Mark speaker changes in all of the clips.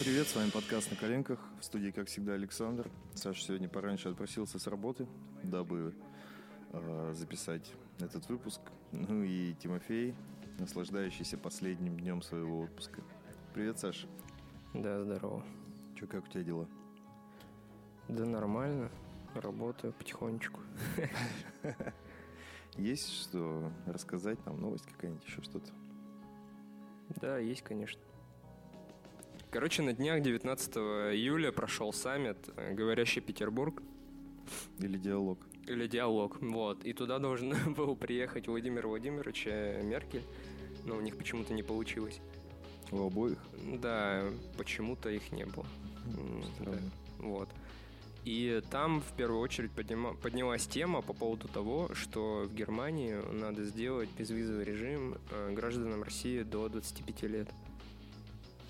Speaker 1: привет, с вами подкаст «На коленках». В студии, как всегда, Александр. Саша сегодня пораньше отпросился с работы, дабы э, записать этот выпуск. Ну и Тимофей, наслаждающийся последним днем своего отпуска. Привет, Саша.
Speaker 2: Да, здорово.
Speaker 1: Че, как у тебя дела?
Speaker 2: Да нормально, работаю потихонечку.
Speaker 1: Есть что рассказать нам, новость какая-нибудь, еще что-то?
Speaker 2: Да, есть, конечно. Короче, на днях 19 июля прошел саммит э, «Говорящий Петербург»
Speaker 1: Или диалог?
Speaker 2: или «Диалог». Вот. И туда должен был приехать Владимир Владимирович э, Меркель, но у них почему-то не получилось.
Speaker 1: У обоих?
Speaker 2: Да, почему-то их не было. М, да.
Speaker 1: Странно.
Speaker 2: Вот. И там в первую очередь поднима- поднялась тема по поводу того, что в Германии надо сделать безвизовый режим э, гражданам России до 25 лет.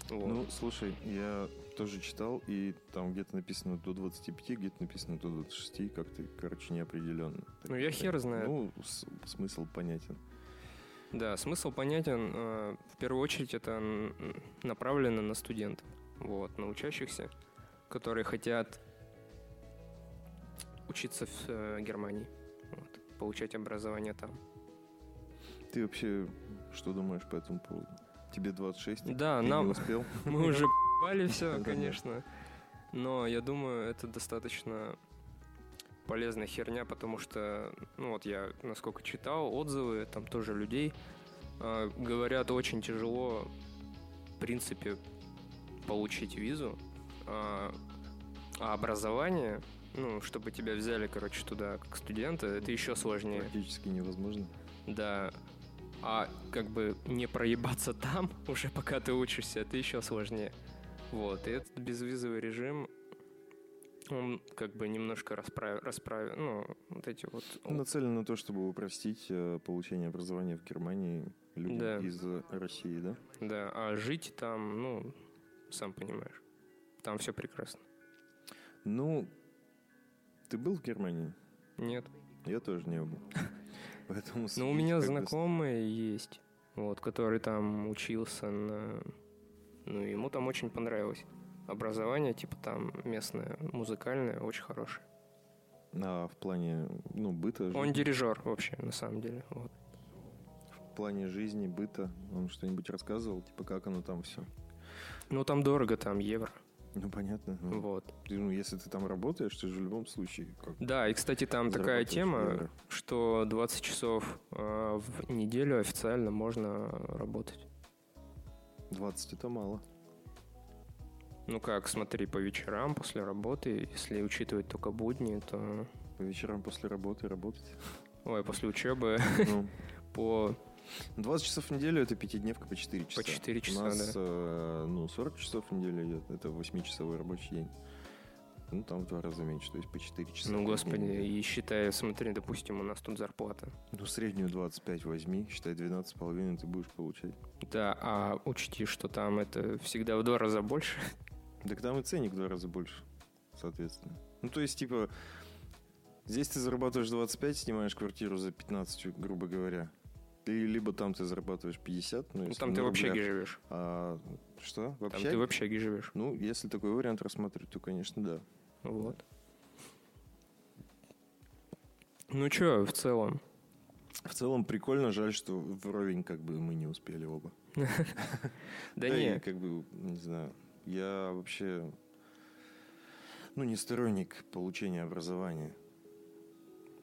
Speaker 2: Вот.
Speaker 1: Ну, слушай, я тоже читал, и там где-то написано до 25, где-то написано до 26, как-то, короче, неопределенно.
Speaker 2: Ну, я хер знает.
Speaker 1: Ну, с- смысл понятен.
Speaker 2: Да, смысл понятен. Э, В первую очередь это м, направлено на студентов, вот, на учащихся, которые хотят учиться в э, Германии, вот, получать образование там.
Speaker 1: Ты вообще что думаешь по этому поводу? Тебе 26?
Speaker 2: Да,
Speaker 1: Ты не
Speaker 2: нам
Speaker 1: успел?
Speaker 2: мы уже пали все,
Speaker 1: Да-да-да.
Speaker 2: конечно. Но я думаю, это достаточно полезная херня, потому что, ну вот я, насколько читал, отзывы там тоже людей э, говорят, очень тяжело, в принципе, получить визу, а, а образование, ну, чтобы тебя взяли, короче, туда как студента, это еще сложнее.
Speaker 1: Практически невозможно.
Speaker 2: Да. А как бы не проебаться там, уже пока ты учишься, это еще сложнее. Вот, и этот безвизовый режим, он как бы немножко расправил, ну, вот эти вот...
Speaker 1: Нацелен на то, чтобы упростить э, получение образования в Германии людям
Speaker 2: Да.
Speaker 1: из э, России, да?
Speaker 2: Да, а жить там, ну, сам понимаешь, там все прекрасно.
Speaker 1: Ну, ты был в Германии?
Speaker 2: Нет.
Speaker 1: Я тоже не был. Поэтому
Speaker 2: Но Ну, у
Speaker 1: судить
Speaker 2: меня
Speaker 1: как бы
Speaker 2: знакомый есть, вот, который там учился на... Ну, ему там очень понравилось. Образование, типа, там местное, музыкальное, очень хорошее.
Speaker 1: А в плане, ну, быта,
Speaker 2: Он
Speaker 1: жизни,
Speaker 2: дирижер вообще, на самом деле. Вот.
Speaker 1: в плане жизни, быта, он что-нибудь рассказывал, типа, как оно там все?
Speaker 2: Ну, там дорого, там евро.
Speaker 1: Ну, понятно. Ну,
Speaker 2: Вот.
Speaker 1: ты, ну, если ты там работаешь, ты же в любом случае как
Speaker 2: Да, и, кстати, там Ну, такая
Speaker 1: зарабатываешь
Speaker 2: тема,
Speaker 1: евро.
Speaker 2: что 20 часов э, в неделю официально можно работать.
Speaker 1: 20 это мало.
Speaker 2: Ну как, смотри, по вечерам после работы, если учитывать только будни, то...
Speaker 1: По вечерам после работы работать.
Speaker 2: Ой, после учебы
Speaker 1: Ну,
Speaker 2: по...
Speaker 1: 20 часов в неделю это пятидневка по 4 часа.
Speaker 2: 4
Speaker 1: У
Speaker 2: часа,
Speaker 1: нас,
Speaker 2: да.
Speaker 1: э, ну, 40 часов в неделю идет, это 8-часовой рабочий день. Ну, там в два раза меньше, то есть по 4 часа. в
Speaker 2: Ну,
Speaker 1: день.
Speaker 2: господи, и считай, смотри, допустим, у нас тут зарплата.
Speaker 1: Ну, среднюю 25 возьми, считай, 12,5 ты будешь получать.
Speaker 2: Да, а учти, что там это всегда в два раза больше.
Speaker 1: Так там и ценник в два раза больше, соответственно. Ну, то есть, типа, здесь ты зарабатываешь 25, снимаешь квартиру за 15, грубо говоря. Ты либо там ты зарабатываешь 50, ну,
Speaker 2: Ну,
Speaker 1: если
Speaker 2: там
Speaker 1: на
Speaker 2: ты в общаге
Speaker 1: рублях.
Speaker 2: живешь.
Speaker 1: А, что? В
Speaker 2: Там
Speaker 1: общаге?
Speaker 2: ты в общаге живешь.
Speaker 1: Ну, если такой вариант рассматривать, то, конечно, да.
Speaker 2: Вот. Ну чё, в целом?
Speaker 1: В целом, прикольно, жаль, что вровень как бы мы не успели оба.
Speaker 2: Да
Speaker 1: и
Speaker 2: не,
Speaker 1: как бы, не знаю, я вообще, ну, не сторонник получения образования.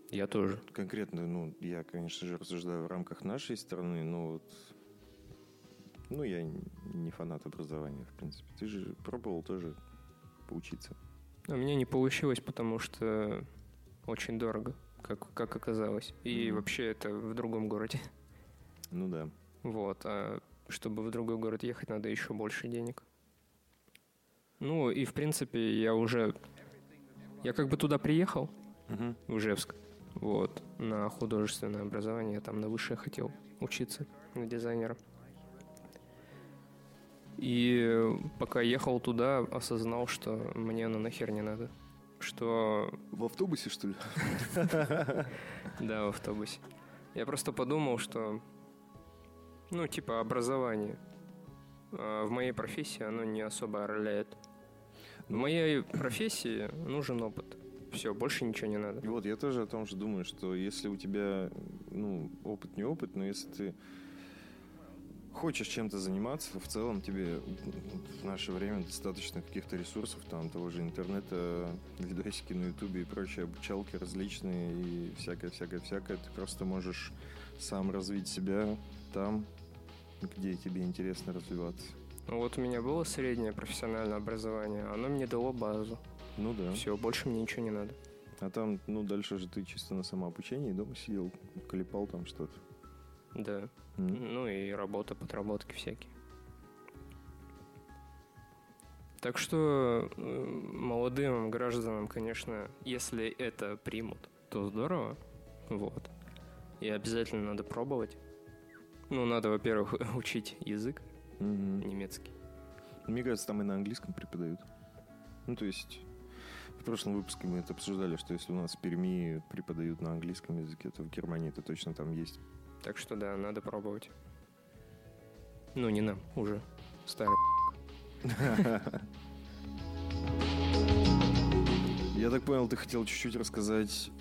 Speaker 2: я тоже.
Speaker 1: конкретно, ну, я, конечно же, рассуждаю в рамках нашей страны, но вот... Ну, я н- не фанат образования, в принципе. Ты же пробовал тоже поучиться.
Speaker 2: У меня не получилось, потому что очень дорого, как, как оказалось. И
Speaker 1: Мгм.
Speaker 2: вообще это в другом городе.
Speaker 1: Ну да.
Speaker 2: Вот. А чтобы в другой город ехать, надо еще больше денег. Ну и в принципе я уже... Я как бы туда приехал, в Ижевск. Вот. На художественное образование. Я там на высшее хотел учиться, на дизайнера. И пока ехал туда, осознал, что мне оно нахер не надо. Что,
Speaker 1: В автобусе, что ли?
Speaker 2: да, в автобусе. Я просто подумал, что, ну, типа, образование. а, в моей профессии оно не особо роляет. В моей профессии нужен опыт. Все, больше ничего не надо.
Speaker 1: Вот, я тоже о том же думаю, что если у тебя, ну, опыт не опыт, но если ты хочешь чем-то заниматься, в целом тебе в наше время достаточно каких-то ресурсов, там, того же интернета, видосики на ютубе и прочие обучалки различные и всякое-всякое-всякое. Ты просто можешь сам развить себя там, где тебе интересно развиваться.
Speaker 2: Ну, Вот у меня было среднее профессиональное образование, оно мне дало базу.
Speaker 1: Ну да.
Speaker 2: Все, больше мне ничего не надо.
Speaker 1: А там, ну, дальше же ты чисто на самообучении дома сидел, клепал там что-то.
Speaker 2: Да.
Speaker 1: М.
Speaker 2: Ну и работа, подработки всякие. Так что э, молодым гражданам, конечно, если это примут, то здорово. Вот. И обязательно надо пробовать. Ну, надо, во-первых, учить язык
Speaker 1: Мгм.
Speaker 2: немецкий.
Speaker 1: Мне кажется, там и на английском преподают. Ну, то есть, в прошлом выпуске мы это обсуждали, что если у нас в Перми преподают на английском языке, то в Германии это точно там есть.
Speaker 2: Так что да, надо пробовать. Ну, не нам, уже. Старым.
Speaker 1: Я так понял, ты хотел чуть-чуть рассказать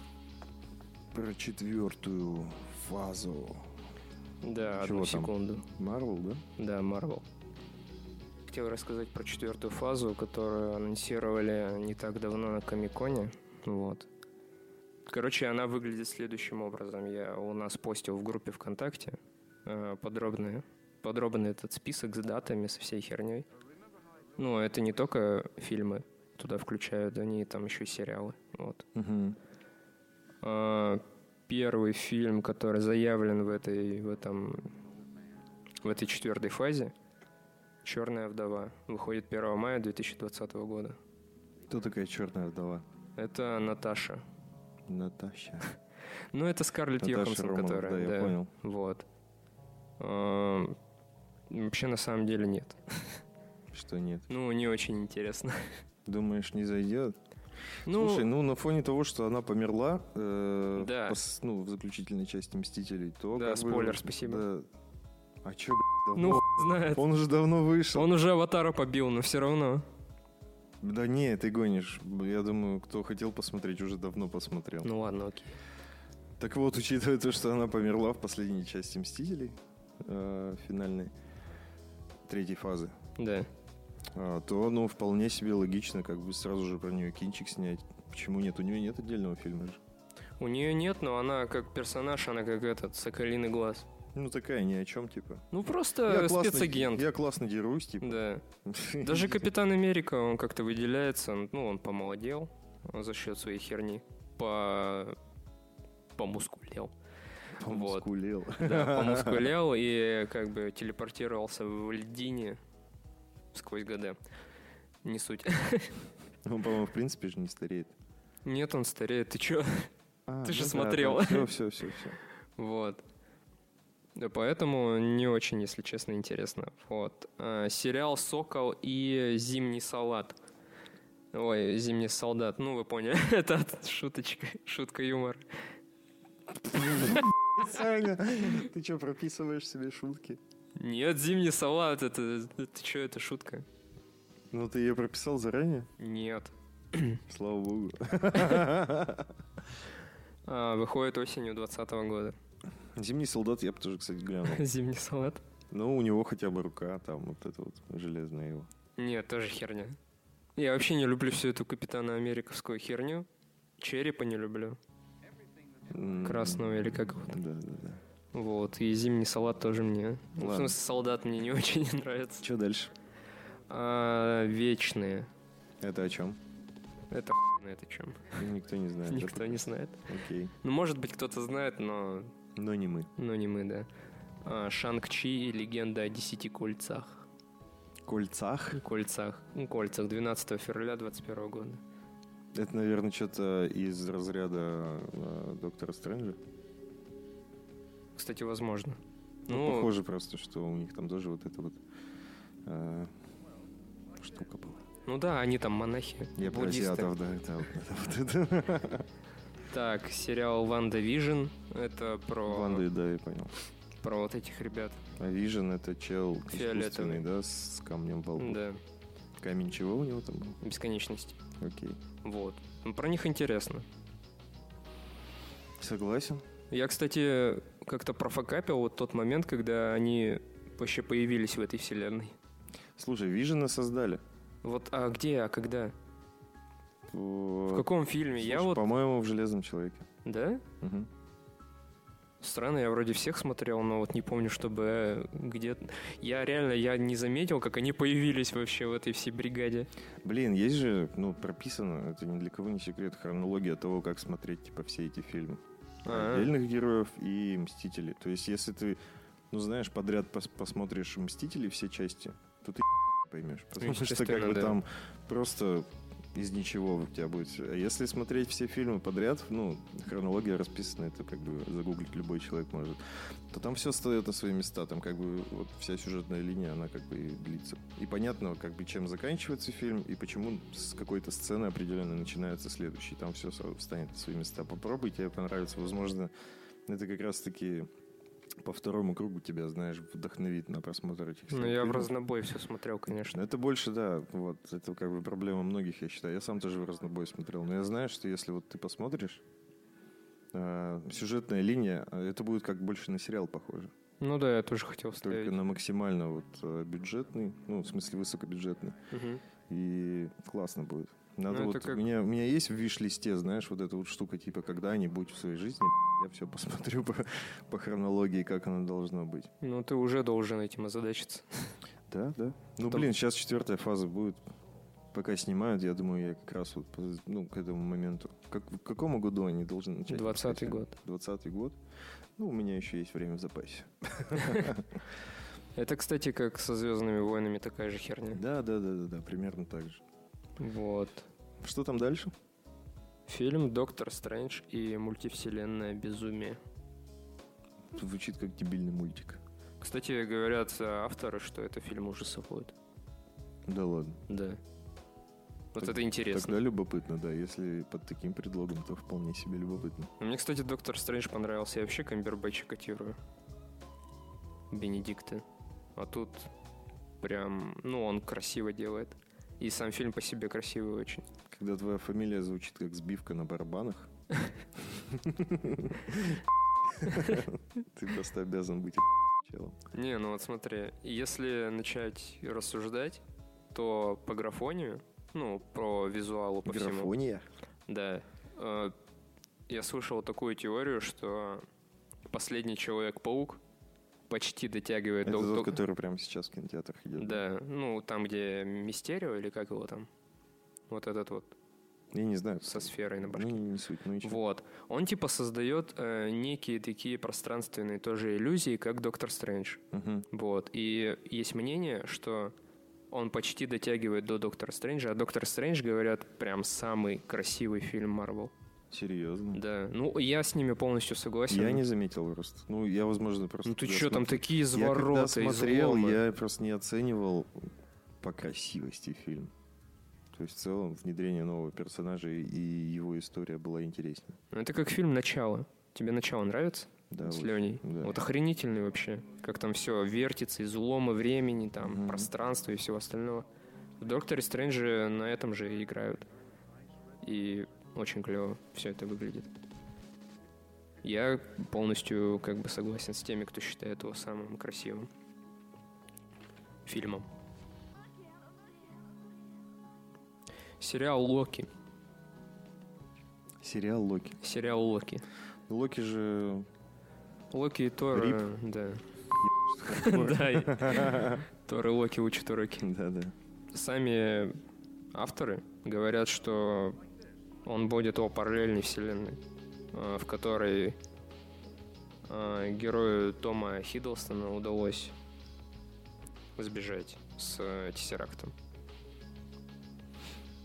Speaker 1: про четвертую фазу.
Speaker 2: Да,
Speaker 1: Чего там?
Speaker 2: одну секунду.
Speaker 1: Марвел, да?
Speaker 2: Да, Marvel. Хотел рассказать про четвертую фазу, которую анонсировали не так давно на Комиконе. Вот. Короче, она выглядит следующим образом. Я у нас постил в группе ВКонтакте э, подробные, подробный этот список с датами, со всей херней. Ну, это не только фильмы туда включают, они там еще и сериалы. Вот. А, первый фильм, который заявлен в этой, в этом, в этой четвертой фазе, «Черная вдова», выходит 1 мая 2020 года.
Speaker 1: Кто такая черная вдова?
Speaker 2: Это Наташа.
Speaker 1: Наташа.
Speaker 2: Ну, это Скарлетт
Speaker 1: Наташа
Speaker 2: Йоханссон,
Speaker 1: Романов,
Speaker 2: которая...
Speaker 1: да, я
Speaker 2: да,
Speaker 1: понял.
Speaker 2: Вот. А, Вообще, на самом деле, нет.
Speaker 1: Что нет.
Speaker 2: Ну, не очень интересно.
Speaker 1: Думаешь, не зайдет?
Speaker 2: Ну,
Speaker 1: Слушай, ну на фоне того, что она померла, э,
Speaker 2: Да.
Speaker 1: пос- ну, в заключительной части Мстителей, то...
Speaker 2: Да,
Speaker 1: как бы,
Speaker 2: спойлер, спасибо.
Speaker 1: да. А чё, блядь,
Speaker 2: ну,
Speaker 1: давно?
Speaker 2: хуй знает.
Speaker 1: Он уже давно вышел.
Speaker 2: Он уже Аватара побил, но все равно.
Speaker 1: Да не, ты гонишь. Я думаю, кто хотел посмотреть, уже давно посмотрел.
Speaker 2: Ну, ладно, окей.
Speaker 1: Так вот, учитывая то, что она померла в последней части Мстителей, э, финальной, третьей фазы,
Speaker 2: Да.
Speaker 1: а, то, ну, вполне себе логично, как бы сразу же про нее кинчик снять. Почему нет? У нее нет отдельного фильма же.
Speaker 2: У нее нет, но она как персонаж, она как этот, соколиный глаз.
Speaker 1: Ну, такая ни о чем, типа.
Speaker 2: Ну просто
Speaker 1: классно-
Speaker 2: спецагент.
Speaker 1: Я классно дерусь, типа.
Speaker 2: Да. Даже Капитан Америка, он как-то выделяется, ну он помолодел он за счет своей херни. По... Помускулел. вот.
Speaker 1: Поскулел.
Speaker 2: Да, помускулел и как бы телепортировался в льдине сквозь года. Не суть.
Speaker 1: Он, по-моему, в принципе же не стареет.
Speaker 2: Нет, он стареет, ты чё?
Speaker 1: А,
Speaker 2: Ты же смотрел.
Speaker 1: Все, все, все, все.
Speaker 2: Вот. Да, поэтому не очень, если честно, интересно. Вот. А, Сериал «Сокол» и «Зимний салат». Ой, «Зимний солдат». Ну, вы поняли. Это от- шуточка. Шутка юмор.
Speaker 1: Саня, ты что, прописываешь себе шутки?
Speaker 2: Нет, «Зимний салат». Это, это что, это шутка?
Speaker 1: Ну, ты ее прописал заранее?
Speaker 2: Нет.
Speaker 1: Слава богу.
Speaker 2: А, выходит осенью 2020 года.
Speaker 1: Зимний солдат я бы тоже, кстати, глянул.
Speaker 2: «Зимний салат».
Speaker 1: Ну, у него хотя бы рука там, вот это вот железная его.
Speaker 2: Нет, тоже херня. Я вообще не люблю всю эту Капитана Америковскую херню. Черепа не люблю.
Speaker 1: М,
Speaker 2: Красного или как его
Speaker 1: Да, да, да.
Speaker 2: Вот, и зимний салат тоже мне. Ну, В
Speaker 1: Ладно.
Speaker 2: смысле, солдат мне не очень нравится.
Speaker 1: Что дальше?
Speaker 2: А, вечные.
Speaker 1: Это о чем?
Speaker 2: Это хуй на это чем.
Speaker 1: Никто не знает.
Speaker 2: Никто не знает.
Speaker 1: Окей.
Speaker 2: Ну, может быть, кто-то знает, но,
Speaker 1: Но не мы.
Speaker 2: но не мы, да. А, Шанг-Чи и легенда о десяти кольцах.
Speaker 1: Кольцах?
Speaker 2: Кольцах. Ну, кольцах 12 февраля 21 года.
Speaker 1: Это, наверное, что-то из разряда э, Доктора Стрэнджа.
Speaker 2: Кстати, возможно.
Speaker 1: Ну,
Speaker 2: Ну,
Speaker 1: похоже просто, что у них там тоже вот эта вот э, штука была.
Speaker 2: ну да, они там монахи.
Speaker 1: Я про
Speaker 2: буддисты.
Speaker 1: азиатов, да, это вот это. Вот это.
Speaker 2: Так, сериал Ванда Вижн. Это про...
Speaker 1: Ванда, да, я понял.
Speaker 2: про вот этих ребят.
Speaker 1: А Vision это чел
Speaker 2: Фиолетовый.
Speaker 1: искусственный, да, с камнем во лбу.
Speaker 2: Да,
Speaker 1: Камень чего у него там был?
Speaker 2: бесконечности.
Speaker 1: Окей.
Speaker 2: Вот. Ну, Про них интересно.
Speaker 1: Согласен.
Speaker 2: Я, кстати, как-то профокапил вот тот момент, когда они вообще появились в этой вселенной.
Speaker 1: Слушай, Вижена создали.
Speaker 2: Вот, а где, а когда? В
Speaker 1: В
Speaker 2: каком фильме? я вот...
Speaker 1: По-моему, в Железном Человеке.
Speaker 2: Да?
Speaker 1: Мгм.
Speaker 2: Странно, я вроде всех смотрел, но вот не помню, чтобы э, где... Я реально, я не заметил, как они появились вообще в этой всей бригаде.
Speaker 1: Блин, есть же, ну, прописано, это ни для кого не секрет, хронология того, как смотреть, типа, все эти фильмы.
Speaker 2: А,
Speaker 1: Отдельных героев и Мстителей. То есть, если ты, ну, знаешь, подряд пос- посмотришь Мстители все части, то ты поймешь. Потому что как
Speaker 2: Ну, Естественно,
Speaker 1: бы
Speaker 2: да.
Speaker 1: там просто из ничего у тебя будет. всё. А если смотреть все фильмы подряд, ну, хронология расписана, это как бы загуглить любой человек может, то там все встает на свои места, там как бы вот вся сюжетная линия, она как бы и длится. И понятно, как бы чем заканчивается фильм, и почему с какой-то сцены определенно начинается следующий. Там все встанет на свои места. Попробуй, тебе понравится. Возможно, это как раз-таки по второму кругу тебя, знаешь, вдохновит на просмотр этих
Speaker 2: Ну,
Speaker 1: всех
Speaker 2: я в
Speaker 1: фильмов.
Speaker 2: разнобой все смотрел, конечно.
Speaker 1: Ну, Это больше, да, вот, это как бы проблема многих, я считаю. Я сам тоже в разнобой смотрел, но я знаю, что если вот ты посмотришь, э, сюжетная линия, э, это будет как больше на сериал похоже.
Speaker 2: Ну да, я тоже хотел
Speaker 1: Только
Speaker 2: вставить.
Speaker 1: на максимально вот э, бюджетный, ну, в смысле высокобюджетный.
Speaker 2: Мгм.
Speaker 1: И классно будет. Надо
Speaker 2: Ну, это
Speaker 1: вот,
Speaker 2: как-
Speaker 1: у, меня, у меня есть в виш-листе, знаешь, вот эта вот штука, типа, когда-нибудь в своей жизни я все посмотрю по, по хронологии, как оно должно быть.
Speaker 2: Ну, ты уже должен этим озадачиться.
Speaker 1: Да, да. Ну,
Speaker 2: Там-
Speaker 1: блин, сейчас четвертая фаза будет. Пока снимают, я думаю, я как раз вот поз- ну, к этому моменту. Как, к какому году они должны начать?
Speaker 2: 20 год.
Speaker 1: 20 год. Ну, у меня еще есть время в запасе.
Speaker 2: Это, кстати, как со Звездными войнами такая же херня.
Speaker 1: Да, да, да, да, да, примерно так же.
Speaker 2: Вот.
Speaker 1: Что там дальше?
Speaker 2: Фильм Доктор Стрэндж и мультивселенная безумие.
Speaker 1: Звучит как дебильный мультик.
Speaker 2: Кстати, говорят э, авторы, что это фильм ужасов будет.
Speaker 1: Да ладно.
Speaker 2: Да. Вот
Speaker 1: Так-
Speaker 2: это интересно.
Speaker 1: Тогда любопытно, да. Если под таким предлогом, то вполне себе любопытно.
Speaker 2: Мне, кстати, Доктор Стрэндж понравился. Я вообще Камбербэтча котирую. Бенедикты. А тут прям... Ну, он красиво делает. И сам фильм по себе красивый очень.
Speaker 1: Когда твоя фамилия звучит как сбивка на барабанах, ты просто обязан быть челом.
Speaker 2: Не, ну вот смотри, если начать рассуждать, то по графонию, ну, про визуалу, по всему.
Speaker 1: Графония.
Speaker 2: Да. э, Я слышал такую теорию, что последний человек-паук почти дотягивает
Speaker 1: Это
Speaker 2: до-
Speaker 1: тот,
Speaker 2: до-
Speaker 1: который прямо сейчас в кинотеатрах идет.
Speaker 2: Да, ну там, где Мистерио или как его там. Вот этот вот
Speaker 1: Я не знаю.
Speaker 2: со сферой на
Speaker 1: Ну,
Speaker 2: башке.
Speaker 1: не, не суть. Ну, ничего.
Speaker 2: Вот. Он типа создает э, некие такие пространственные тоже иллюзии, как Доктор Стрэндж.
Speaker 1: Мгм.
Speaker 2: Вот. И есть мнение, что он почти дотягивает до Доктора Стрэнджа, а Доктор Стрэндж, говорят, прям самый красивый фильм Марвел.
Speaker 1: Серьезно.
Speaker 2: Да. Ну, я с ними полностью согласен.
Speaker 1: Я не заметил просто. Ну, я, возможно, просто...
Speaker 2: Ну ты
Speaker 1: когда
Speaker 2: чё, там
Speaker 1: смотр-
Speaker 2: такие
Speaker 1: Я когда
Speaker 2: извороты,
Speaker 1: смотрел,
Speaker 2: изломы.
Speaker 1: я просто не оценивал по красивости фильм. То есть, в целом, внедрение нового персонажа и его история была интереснее.
Speaker 2: Ну, Это как фильм «Начало». Тебе «Начало» нравится?
Speaker 1: Да,
Speaker 2: с
Speaker 1: вот.
Speaker 2: Леней.
Speaker 1: да.
Speaker 2: Вот охренительный вообще. Как там все вертится, изломы времени, там,
Speaker 1: Мгм.
Speaker 2: пространства и всего остального. В Докторе Стрэнджи на этом же и играют. И очень клево все это выглядит. Я полностью как бы согласен с теми, кто считает его самым красивым фильмом. Сериал Локи.
Speaker 1: Сериал Локи.
Speaker 2: Сериал Локи.
Speaker 1: Локи же...
Speaker 2: Локи и Тор.
Speaker 1: Рип.
Speaker 2: э, Да. Да, и- Тор и Локи учат уроки.
Speaker 1: Да-да.
Speaker 2: Сами авторы говорят, что он будет о параллельной вселенной, э, в которой э, герою Тома Хиддлстона удалось сбежать с э, Тессерактом.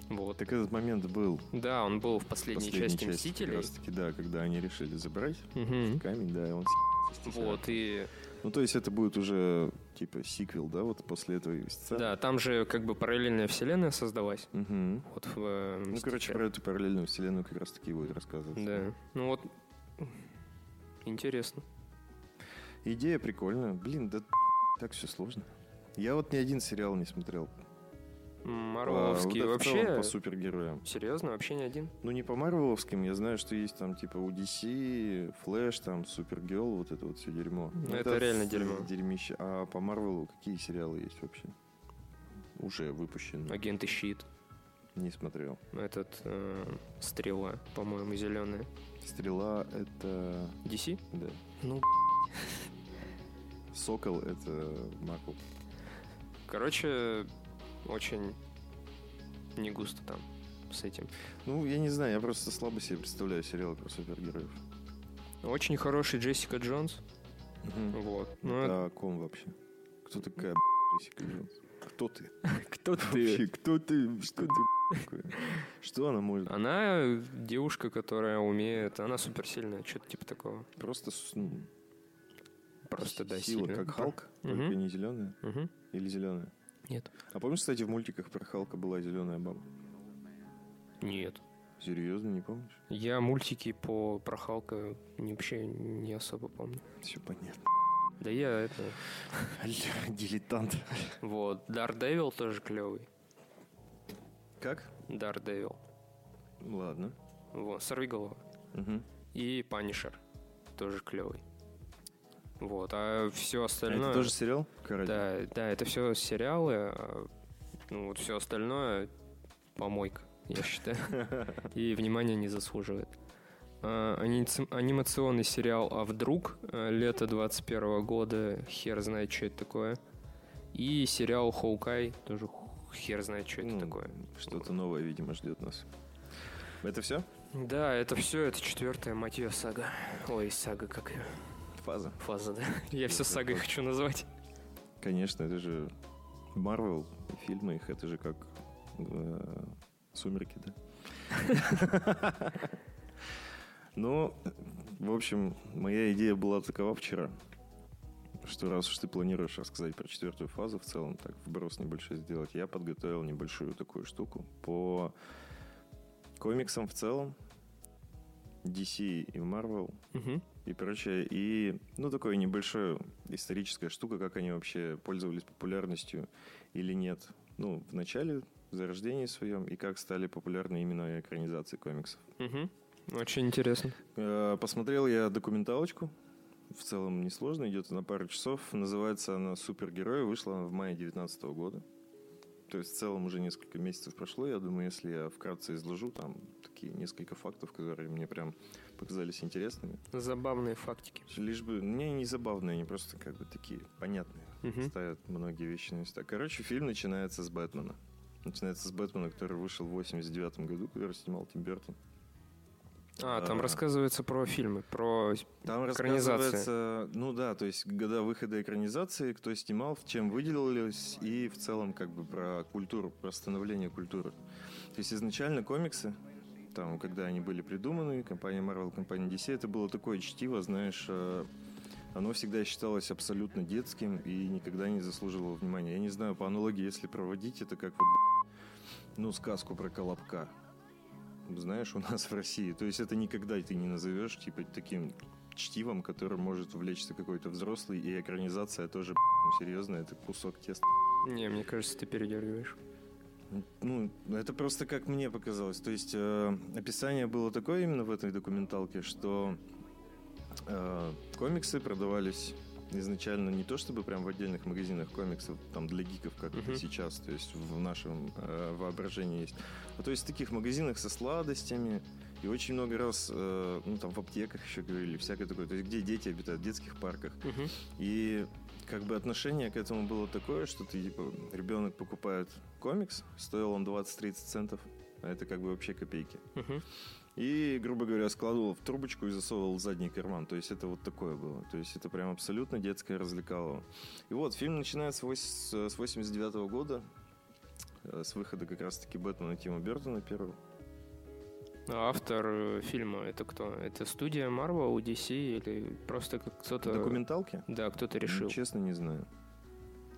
Speaker 2: Вот.
Speaker 1: Так этот момент был
Speaker 2: Да, он был в
Speaker 1: в
Speaker 2: последней,
Speaker 1: последней
Speaker 2: части
Speaker 1: части.
Speaker 2: «Мстителей».
Speaker 1: Как раз таки, да, когда они решили забрать
Speaker 2: Мгм.
Speaker 1: камень, да, и он с***ся с Тессерактом.
Speaker 2: Вот, и
Speaker 1: Ну, то есть это будет уже, типа, сиквел, да, вот после этого сцены?
Speaker 2: да, там же как бы параллельная вселенная создалась.
Speaker 1: Мгм.
Speaker 2: Вот в э,
Speaker 1: Ну, короче,
Speaker 2: «Мстителях».
Speaker 1: про эту параллельную вселенную как
Speaker 2: Ну
Speaker 1: раз таки и будет рассказывать.
Speaker 2: Да. Ну вот. Интересно.
Speaker 1: Идея прикольная. Блин, да так все сложно. Я вот ни один сериал не смотрел.
Speaker 2: Марвеловский
Speaker 1: А, вот это в
Speaker 2: вообще...
Speaker 1: целом по супергероям.
Speaker 2: Серьезно, вообще ни один?
Speaker 1: Ну, не по Марвеловским, я знаю, что есть там типа UDC, Флэш, там Супергерл, вот это вот все дерьмо.
Speaker 2: Ну, это реально
Speaker 1: с-
Speaker 2: дерьмо.
Speaker 1: Дерьмище. А по Марвелу какие сериалы есть вообще? Уже выпущены.
Speaker 2: Агенты Щит,
Speaker 1: Не смотрел.
Speaker 2: этот э, Стрела, по-моему, зеленая.
Speaker 1: Стрела это...
Speaker 2: DC?
Speaker 1: Да.
Speaker 2: Ну,
Speaker 1: Сокол это Марвел.
Speaker 2: короче, очень не густо там с этим.
Speaker 1: Ну, я не знаю, я просто слабо себе представляю сериалы про супергероев.
Speaker 2: Очень хороший Джессика Джонс.
Speaker 1: Мгм.
Speaker 2: Вот. Ну,
Speaker 1: Это о ком вообще? Кто такая, б***ь, Джессика Джонс? Кто ты?
Speaker 2: кто
Speaker 1: Вообще, кто ты? Что ты, б***ь, такое? Что она может?
Speaker 2: Она девушка, которая умеет, она суперсильная, что-то типа такого.
Speaker 1: Просто с- ну,
Speaker 2: Просто да,
Speaker 1: сила,
Speaker 2: сильная.
Speaker 1: как Халк,
Speaker 2: Мгм.
Speaker 1: только не зеленая
Speaker 2: Мгм.
Speaker 1: или зеленая.
Speaker 2: Нет.
Speaker 1: А помнишь, кстати, в мультиках про Халка была зеленая баба?
Speaker 2: Нет.
Speaker 1: Серьезно, не помнишь?
Speaker 2: Я мультики по про Халка не- вообще не особо помню.
Speaker 1: Все понятно.
Speaker 2: Да я это...
Speaker 1: Дилетант.
Speaker 2: Вот. Дар Девил тоже клевый.
Speaker 1: Как?
Speaker 2: Дар Девил.
Speaker 1: Ладно.
Speaker 2: Вот. Сорвиголова.
Speaker 1: Мгм.
Speaker 2: И Панишер. Тоже клевый. Вот. А все
Speaker 1: А
Speaker 2: остальное...
Speaker 1: Это тоже сериал? Каратель?
Speaker 2: Да, да, это все сериалы. а, Ну, вот все остальное помойка, я считаю. И внимания не заслуживает. А, аниц- Анимационный сериал «А вдруг?» а, лето 21 года, хер знает, что это такое. И сериал «Хоукай», тоже ху- хер знает, что это
Speaker 1: Ну,
Speaker 2: такое.
Speaker 1: Что-то новое, видимо, ждет нас. Это все?
Speaker 2: Да, это все, это четвертая мать ее сага. Ой, сага, как ее
Speaker 1: Фаза.
Speaker 2: фаза, да? Я все сагой хочу назвать.
Speaker 1: Конечно, это же Марвел, фильмы их, это же как э, Сумерки, да? Ну, в общем, моя идея была такова вчера, что раз уж ты планируешь рассказать про четвертую фазу в целом, так вброс небольшой сделать, я подготовил небольшую такую штуку по комиксам в целом, DC и Marvel,
Speaker 2: Мгм.
Speaker 1: и прочее. И, ну, такое небольшое историческая штука, как они вообще пользовались популярностью или нет. Ну, в начале, в зарождении своем, и как стали популярны именно экранизации комиксов.
Speaker 2: Мгм. Очень интересно.
Speaker 1: Э, Посмотрел я документалочку. В целом несложно, идет на пару часов. Называется она «Супергерои». Вышла она в мае 2019 года. То есть в целом уже несколько месяцев прошло. Я думаю, если я вкратце изложу, там такие несколько фактов, которые мне прям показались интересными.
Speaker 2: Забавные фактики.
Speaker 1: Лишь бы... Мне не забавные, они просто как бы такие понятные.
Speaker 2: Мгм.
Speaker 1: Ставят многие вещи на места. Короче, фильм начинается с Бэтмена. Начинается с Бэтмена, который вышел в 89 году, который снимал Тим Бертон.
Speaker 2: А, там
Speaker 1: А.
Speaker 2: рассказывается про фильмы, про...
Speaker 1: Там
Speaker 2: Экранизация.
Speaker 1: рассказывается, ну да, то есть года выхода экранизации, кто снимал, чем выделились и в целом как бы про культуру, про становление культуры. То есть изначально комиксы, там, когда они были придуманы, компания Marvel, компания DC, это было такое чтиво, знаешь, э, оно всегда считалось абсолютно детским и никогда не заслуживало внимания. Я не знаю, по аналогии, если проводить, это как вот, ну, сказку про Колобка. Знаешь, у нас в России. То есть это никогда ты не назовешь, типа, таким чтивом, которым может увлечься какой-то взрослый, и экранизация тоже, ну, серьезно, это кусок теста.
Speaker 2: Не, мне кажется, ты передергиваешь.
Speaker 1: Ну, это просто как мне показалось. То есть э, описание было такое именно в этой документалке, что э, комиксы продавались изначально не то чтобы прям в отдельных магазинах комиксов, там для гиков, как это
Speaker 2: Мгм.
Speaker 1: сейчас, то есть в нашем э, воображении есть, а то есть в таких магазинах со сладостями. И очень много раз, э, ну там в аптеках еще говорили, всякое такое, то есть где дети обитают, в детских парках. И как бы отношение к этому было такое, что ты типа ребенок покупает комикс, стоил он 20-30 центов, а это как бы вообще копейки.
Speaker 2: Мгм.
Speaker 1: И, грубо говоря, складывал в трубочку и засовывал в задний карман. То есть это вот такое было. То есть это прям абсолютно детское развлекало. И вот, фильм начинается вось- с 89 года, э, с выхода как раз-таки Бэтмена Тима Бертона первого.
Speaker 2: А автор э, фильма это кто? Это студия Marvel, DC или просто как кто-то...
Speaker 1: Документалки?
Speaker 2: Да, кто-то решил.
Speaker 1: Честно, не знаю.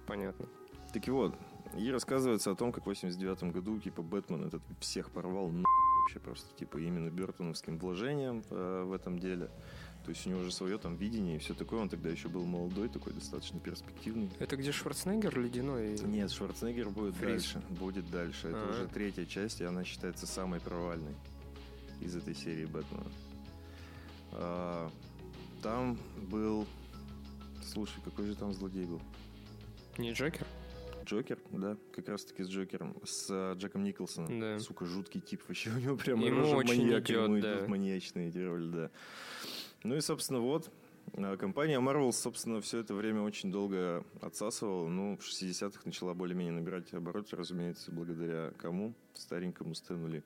Speaker 2: Понятно.
Speaker 1: Таки вот, и рассказывается о том, как в 89 году, типа, Бэтмен этот всех порвал на вообще просто, типа, именно Бертоновским вложением э, в этом деле. То есть у него уже свое там видение и все такое. Он тогда еще был молодой, такой достаточно перспективный.
Speaker 2: Это где Шварценеггер ледяной?
Speaker 1: Нет, Шварценеггер будет
Speaker 2: Фриз.
Speaker 1: дальше. Будет дальше. Это
Speaker 2: Ага.
Speaker 1: уже третья часть, и она считается самой провальной из этой серии Бэтмена. А, там был... Слушай, какой же там злодей был?
Speaker 2: Не Джокер?
Speaker 1: Джокер, да, как раз таки с Джокером, с э, Джеком Николсоном.
Speaker 2: Да.
Speaker 1: Сука, жуткий тип вообще, у него прям
Speaker 2: Ему
Speaker 1: рожа
Speaker 2: очень
Speaker 1: маньяка,
Speaker 2: идет,
Speaker 1: ему
Speaker 2: да.
Speaker 1: идут маньячные эти роли, да. Ну и, собственно, вот, э, компания Marvel, собственно, все это время очень долго отсасывала, ну, в 60-х начала более-менее набирать обороты, разумеется, благодаря кому? Старенькому Стэну Ли.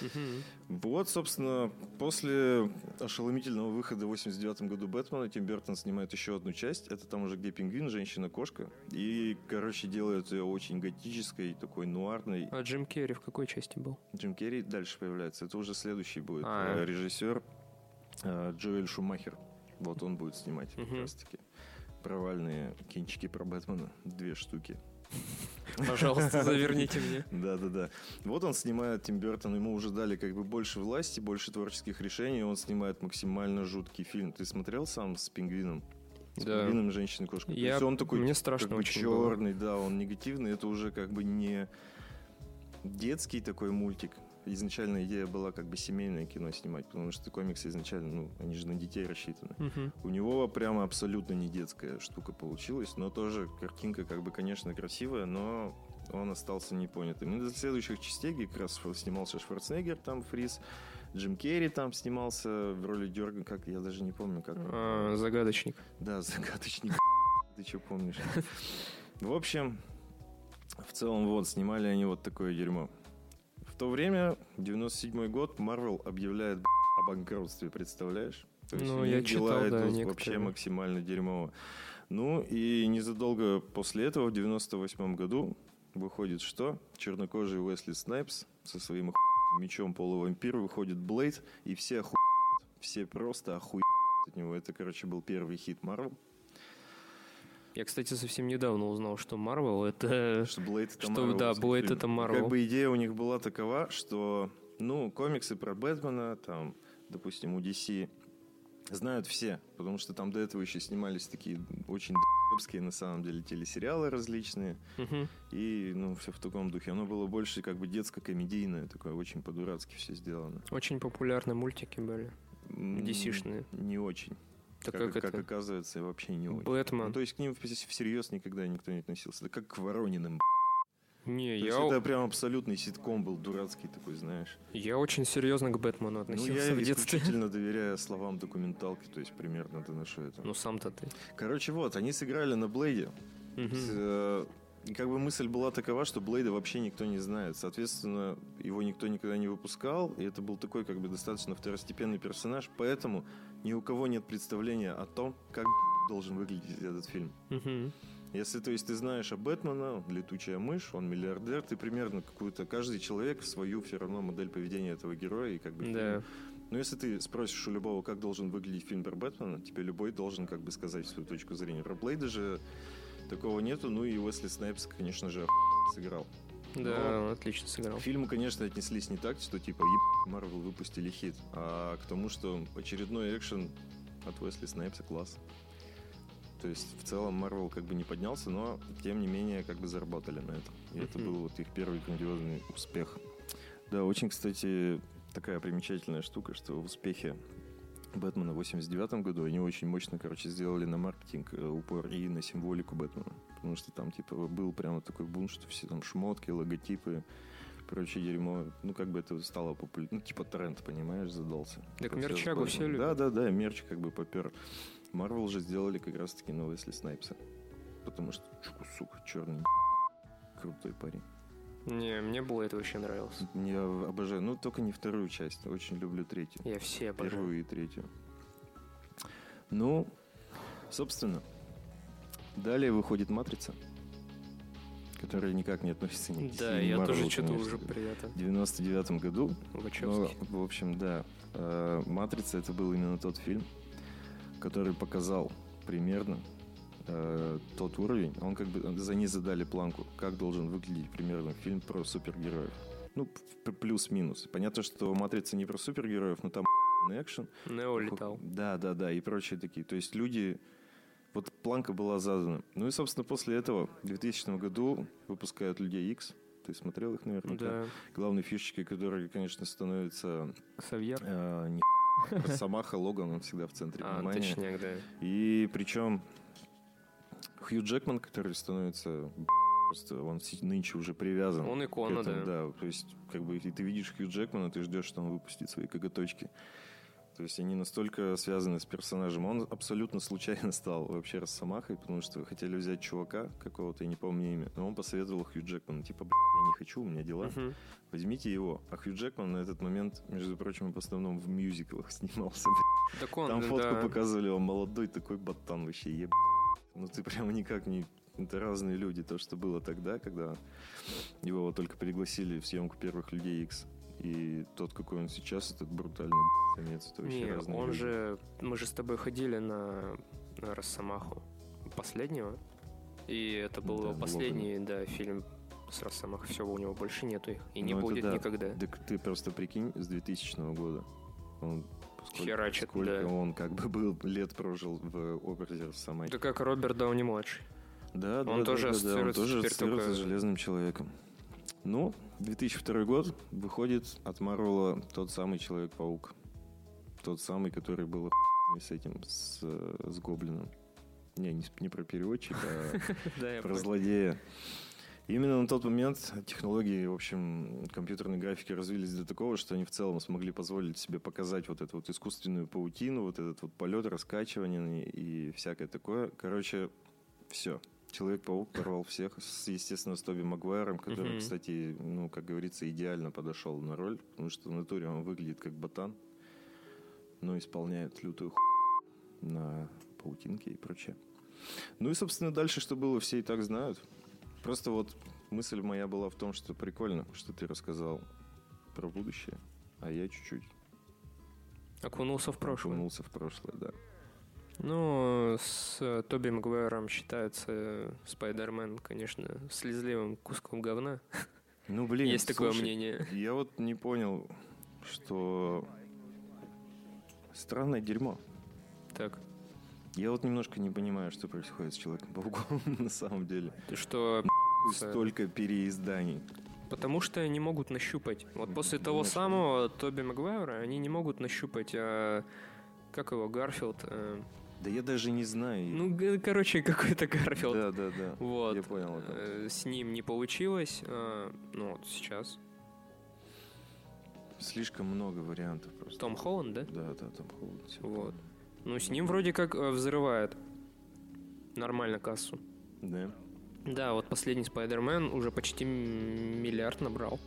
Speaker 2: Мгм.
Speaker 1: Вот, собственно, после ошеломительного выхода в 89 году Бэтмена Тим Бертон снимает еще одну часть. Это там уже где пингвин, женщина-кошка. И, короче, делает ее очень готической, такой нуарной.
Speaker 2: А Джим Керри в какой части был?
Speaker 1: Джим Керри дальше появляется. Это уже следующий будет
Speaker 2: А.
Speaker 1: э, режиссер э, Джоэль Шумахер. Вот он будет снимать как
Speaker 2: Мгм.
Speaker 1: раз-таки провальные кинчики про Бэтмена. Две штуки.
Speaker 2: Пожалуйста, заверните мне.
Speaker 1: Да, да, да. Вот он снимает Тим Бертон, ему уже дали как бы больше власти, больше творческих решений, он снимает максимально жуткий фильм. Ты смотрел сам с пингвином? С
Speaker 2: Да.
Speaker 1: пингвином женщина-кошка. То
Speaker 2: Я-
Speaker 1: есть он такой
Speaker 2: Мне
Speaker 1: как
Speaker 2: страшно
Speaker 1: бы
Speaker 2: очень было.
Speaker 1: черный, да, он негативный. Это уже как бы не детский такой мультик. Изначально идея была как бы семейное кино снимать, потому что комиксы изначально, ну, они же на детей рассчитаны.
Speaker 2: Мгм.
Speaker 1: У него прямо абсолютно не детская штука получилась, но тоже картинка, как бы, конечно, красивая, но он остался непонятым. И до следующих частей, где как раз снимался Шварценеггер, там Фриз, Джим Керри там снимался в роли Дерга, как я даже не помню, как.
Speaker 2: А, Загадочник.
Speaker 1: Да, загадочник. Ты что помнишь? В общем, в целом вот, снимали они вот такое дерьмо. В то время, 97 год, Marvel объявляет б***ь, о банкротстве, представляешь? То есть
Speaker 2: Ну,
Speaker 1: у них
Speaker 2: я
Speaker 1: дела
Speaker 2: читал, да,
Speaker 1: идут вообще
Speaker 2: некоторые.
Speaker 1: максимально дерьмово. Ну и незадолго после этого, в 98 году, выходит что? Чернокожий Уэсли Снайпс со своим охуенным мечом полувампир выходит Блейд, и все охуеют. Все просто охуеют от него. Это, короче, был первый хит Marvel.
Speaker 2: Я, кстати, совсем недавно узнал, что Марвел это...
Speaker 1: Что Блейд это
Speaker 2: Что, да,
Speaker 1: Marvel'овский
Speaker 2: Blade
Speaker 1: фильм.
Speaker 2: это
Speaker 1: И Как
Speaker 2: Marvel.
Speaker 1: бы идея у них была такова, что, ну, комиксы про Бэтмена, там, допустим, у DC знают все, потому что там до этого еще снимались такие очень д***бские, на самом деле, телесериалы различные,
Speaker 2: Мгм.
Speaker 1: и, ну, все в таком духе. Оно было больше как бы детско-комедийное, такое очень по-дурацки все сделано.
Speaker 2: Очень популярны мультики были.
Speaker 1: М,
Speaker 2: DC-шные.
Speaker 1: Не очень.
Speaker 2: Так
Speaker 1: как,
Speaker 2: как,
Speaker 1: как
Speaker 2: это?
Speaker 1: оказывается, вообще не очень. Ну,
Speaker 2: Бэтмен.
Speaker 1: то есть к ним вс- всерьез никогда никто не относился. Да как к Ворониным.
Speaker 2: Не,
Speaker 1: То есть
Speaker 2: я,
Speaker 1: это прям абсолютный ситком был, дурацкий такой, знаешь.
Speaker 2: я очень серьезно к Бэтмену
Speaker 1: Ну,
Speaker 2: относился
Speaker 1: я
Speaker 2: в детстве.
Speaker 1: исключительно доверяю словам документалки, то есть примерно доношу это.
Speaker 2: Ну, сам-то ты.
Speaker 1: Короче, вот, они сыграли на Блейде.
Speaker 2: Мгм.
Speaker 1: С, э, и Как бы мысль была такова, что Блейда вообще никто не знает. Соответственно, его никто никогда не выпускал, и это был такой как бы достаточно второстепенный персонаж, поэтому ни у кого нет представления о том, как должен выглядеть этот фильм.
Speaker 2: Мгм.
Speaker 1: Если, то есть, ты знаешь о Бэтмена, он летучая мышь, он миллиардер, ты примерно какую-то... Каждый человек свою все равно модель поведения этого героя и как бы...
Speaker 2: Да.
Speaker 1: Но если ты спросишь у любого, как должен выглядеть фильм про Бэтмена, тебе любой должен как бы сказать свою точку зрения. Про Блейда же такого нету, ну и Уэсли Снайпс, конечно же, охуенно сыграл.
Speaker 2: Да, он отлично сыграл.
Speaker 1: К фильму, конечно, отнеслись не так, что типа «Еб***, Марвел выпустили хит, а к тому, что очередной экшен от Уэсли Снайпса класс. То есть в целом Марвел как бы не поднялся, но тем не менее как бы заработали на этом. И это
Speaker 2: Мгм.
Speaker 1: был вот их первый грандиозный успех. Да, очень, кстати, такая примечательная штука, что в успехе Бэтмена в 89 году они очень мощно, короче, сделали на маркетинг э, упор и на символику Бэтмена. Потому что там, типа, был прямо такой бунт, что все там шмотки, логотипы, прочее дерьмо. Ну, как бы это стало популярным. Ну, типа, тренд, понимаешь, задался.
Speaker 2: Так
Speaker 1: По всему
Speaker 2: мерчагу
Speaker 1: Бэтмену.
Speaker 2: все любят.
Speaker 1: Да, да, да, мерч как бы попер. Марвел же сделали как раз-таки новые Уэсли Снайпса. Потому что, чу- сука, черный крутой парень.
Speaker 2: Не, мне Блэйд вообще нравился.
Speaker 1: Я обожаю. Ну, только не вторую часть. Очень люблю третью.
Speaker 2: Я все обожаю.
Speaker 1: Первую и третью. Ну, собственно, далее выходит «Матрица», которая никак не относится ни к
Speaker 2: Да,
Speaker 1: DC, ни
Speaker 2: я
Speaker 1: к Marvel,
Speaker 2: тоже что-то
Speaker 1: конечно.
Speaker 2: уже приятно.
Speaker 1: В 99 году, но,
Speaker 2: Вачовски.
Speaker 1: в общем, да, э, «Матрица» — это был именно тот фильм, который показал примерно э, тот уровень. Он как бы, за ней задали планку, как должен выглядеть примерно фильм про супергероев. Ну, п- п- плюс-минус. Понятно, что «Матрица» не про супергероев, но там экшен.
Speaker 2: Нео летал.
Speaker 1: Да, да, да, и прочие такие. То есть люди... Вот планка была задана. Ну и, собственно, после этого, в 2000 году, выпускают «Людей X. Ты смотрел их наверняка?
Speaker 2: Да.
Speaker 1: Главной фишечкой, которая, конечно, становится...
Speaker 2: Ксавьер.
Speaker 1: э, не Росомаха Логан, он всегда в центре
Speaker 2: А,
Speaker 1: внимания.
Speaker 2: точняк, да.
Speaker 1: И причем Хью Джекман, который становится б***ь, просто он си- нынче уже привязан.
Speaker 2: Он
Speaker 1: к
Speaker 2: икона,
Speaker 1: этому,
Speaker 2: да.
Speaker 1: То есть, как бы, и ты видишь Хью Джекмана, ты ждешь, что он выпустит свои коготочки. То есть они настолько связаны с персонажем. Он абсолютно случайно стал вообще Росомахой, потому что хотели взять чувака какого-то, я не помню имя, но он посоветовал Хью Джекмана, типа, «Б***ь, я не хочу, у меня дела,
Speaker 2: Мгм.
Speaker 1: возьмите его. А Хью Джекман на этот момент, между прочим, в основном в мюзиклах снимался, б***ь.
Speaker 2: Так он,
Speaker 1: Там фотку
Speaker 2: да.
Speaker 1: показывали, он молодой такой ботан вообще, еб... Ну ты прям никак не... Это разные люди, то, что было тогда, когда его вот только пригласили в съемку первых «Людей X. И тот, какой он сейчас, этот брутальный б***ь, самец, это вообще
Speaker 2: Не,
Speaker 1: разные
Speaker 2: он
Speaker 1: люди.
Speaker 2: же... Мы же с тобой ходили на, на Росомаху последнего. И это
Speaker 1: Да,
Speaker 2: был его
Speaker 1: Логана.
Speaker 2: последний, да, фильм с Росомахой. Все, у него больше нету их. И не
Speaker 1: Ну, это
Speaker 2: будет
Speaker 1: да.
Speaker 2: никогда.
Speaker 1: Так ты просто прикинь, с 2000 года он... сколько-
Speaker 2: Херачит,
Speaker 1: сколько
Speaker 2: да.
Speaker 1: он как бы был лет прожил в образе Росомахи.
Speaker 2: Это как Роберт Дауни-младший.
Speaker 1: Да,
Speaker 2: Он
Speaker 1: да, да, да,
Speaker 2: тоже
Speaker 1: да, он
Speaker 2: ассоциируется
Speaker 1: тоже
Speaker 2: теперь только-
Speaker 1: ассоциируется с Железным Человеком. Ну, 2002 год выходит от Марвела тот самый Человек-паук. Тот самый, который был охуенный с этим, с, э, с Гоблином. Не, не, с- не про переводчика,
Speaker 2: Да,
Speaker 1: а
Speaker 2: я
Speaker 1: про злодея. Именно на тот момент технологии, в общем, компьютерной графики развились до такого, что они в целом смогли позволить себе показать вот эту вот искусственную паутину, вот этот вот полет, раскачивание на ней и всякое такое. Короче, все. Человек-паук порвал всех, с, естественно, с Тоби Магуайром, который,
Speaker 2: Мгм.
Speaker 1: кстати, ну, как говорится, идеально подошел на роль, потому что в натуре он выглядит как ботан, но исполняет лютую ху на паутинке и прочее. Ну и, собственно, дальше что было, все и так знают. Просто вот мысль моя была в том, что прикольно, что ты рассказал про будущее, а я чуть-чуть
Speaker 2: Окунулся в прошлое.
Speaker 1: окунулся в прошлое, да.
Speaker 2: Ну, с э, Тоби Магуайром считается э, Спайдермен, конечно, слезливым куском говна.
Speaker 1: Ну, блин,
Speaker 2: Есть такое
Speaker 1: слушай,
Speaker 2: мнение.
Speaker 1: Я вот не понял, что странное дерьмо.
Speaker 2: Так,
Speaker 1: Я вот немножко не понимаю, что происходит с Человеком-пауком на самом деле.
Speaker 2: ты что
Speaker 1: Хуй
Speaker 2: Ц-
Speaker 1: Столько переизданий.
Speaker 2: Потому что они могут нащупать. Вот
Speaker 1: Мгм,
Speaker 2: после того
Speaker 1: конечно.
Speaker 2: самого Тоби Магуайра они не могут нащупать, а, как его, Гарфилд. э,
Speaker 1: Да я даже не знаю.
Speaker 2: ну, г- короче, какой-то Гарфилд.
Speaker 1: Да, да, да.
Speaker 2: Вот.
Speaker 1: Я понял. это.
Speaker 2: Э, С ним не получилось. э, Ну вот сейчас.
Speaker 1: Слишком много вариантов просто.
Speaker 2: Том Холланд, да?
Speaker 1: Да, да, Том Холланд. всё
Speaker 2: Вот. Ну, с ним вроде как э, взрывает. Нормально кассу.
Speaker 1: правильно. Да.
Speaker 2: Да, вот последний Спайдермен уже почти м- миллиард набрал.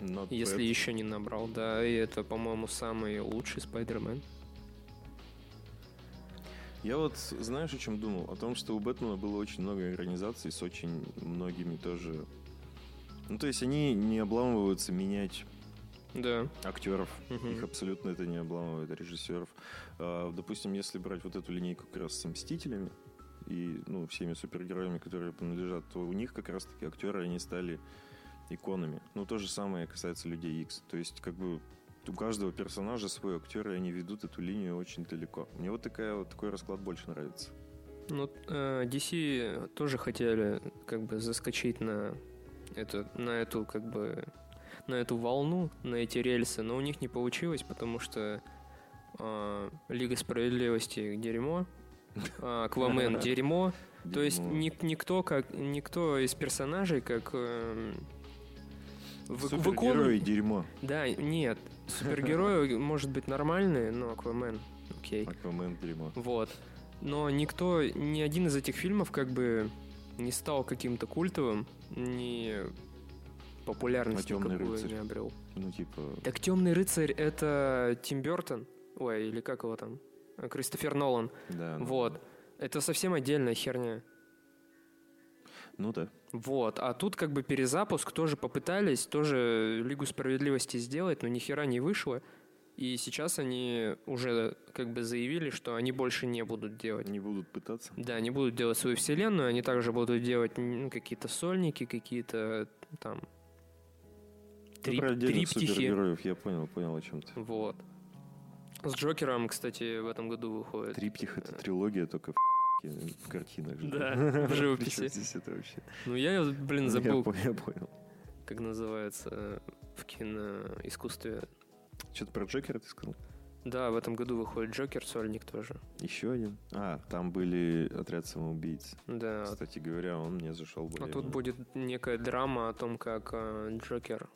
Speaker 1: Not
Speaker 2: Если
Speaker 1: bad.
Speaker 2: еще не набрал, да. И это, по-моему, самый лучший Спайдермен.
Speaker 1: Я вот, знаешь, о чем думал? О том, что у Бэтмена было очень много экранизаций с очень многими тоже... Ну, то есть они не обламываются менять
Speaker 2: Да.
Speaker 1: актеров.
Speaker 2: мгм.
Speaker 1: Их абсолютно это не обламывает режиссеров. А, допустим, если брать вот эту линейку как раз с «Мстителями» и ну, всеми супергероями, которые принадлежат, то у них как раз-таки актеры, они стали иконами. Ну, то же самое касается «Людей X. То есть, как бы, у каждого персонажа свой актер, и они ведут эту линию очень далеко. Мне вот, такая, вот такой расклад больше нравится.
Speaker 2: Ну, э, DC тоже хотели как бы заскочить на эту, на эту как бы на эту волну, на эти рельсы, но у них не получилось, потому что э, Лига справедливости дерьмо, а Аквамен дерьмо, то есть
Speaker 1: Дерьмо.
Speaker 2: ни- никто как никто из персонажей как эм, в, в икону-
Speaker 1: Супергерои дерьмо.
Speaker 2: да нет супергерои может быть нормальные, но Аквамен окей
Speaker 1: Аквамен дерьмо.
Speaker 2: вот. Но никто, ни один из этих фильмов как бы не стал каким-то культовым, ни популярности
Speaker 1: А «Тёмный
Speaker 2: никакую
Speaker 1: рыцарь»?
Speaker 2: не обрел.
Speaker 1: Ну, типа...
Speaker 2: Так «Темный рыцарь» — это Тим Бертон, ой, или как его там, Э, Кристофер Нолан.
Speaker 1: Да, ну,
Speaker 2: Вот. Это совсем отдельная херня.
Speaker 1: Ну да.
Speaker 2: Вот. А тут как бы перезапуск тоже попытались, тоже Лигу справедливости сделать, но нихера не вышло. И сейчас они уже как бы заявили, что они больше не будут делать.
Speaker 1: Не будут пытаться.
Speaker 2: Да, они будут делать свою вселенную, они также будут делать м, какие-то сольники, какие-то э, там
Speaker 1: Ты
Speaker 2: трип-
Speaker 1: про отдельных
Speaker 2: триптихи.
Speaker 1: супергероев, я понял, понял о чем ты.
Speaker 2: Вот. С Джокером, кстати, в этом году выходит. Э,
Speaker 1: Триптих — это трилогия только в в картинах же.
Speaker 2: Да, в
Speaker 1: Причём
Speaker 2: живописи.
Speaker 1: здесь это вообще?
Speaker 2: Ну, я, блин,
Speaker 1: Я
Speaker 2: забыл,
Speaker 1: по- Я понял.
Speaker 2: как называется э, в киноискусстве.
Speaker 1: Что-то про Джокера ты сказал?
Speaker 2: Да, в этом году выходит Джокер, сольник тоже.
Speaker 1: Еще один? А, там были «Отряд самоубийц».
Speaker 2: Да.
Speaker 1: Кстати говоря, он мне зашел
Speaker 2: А
Speaker 1: более.
Speaker 2: тут будет некая драма о том, как э, Джокер,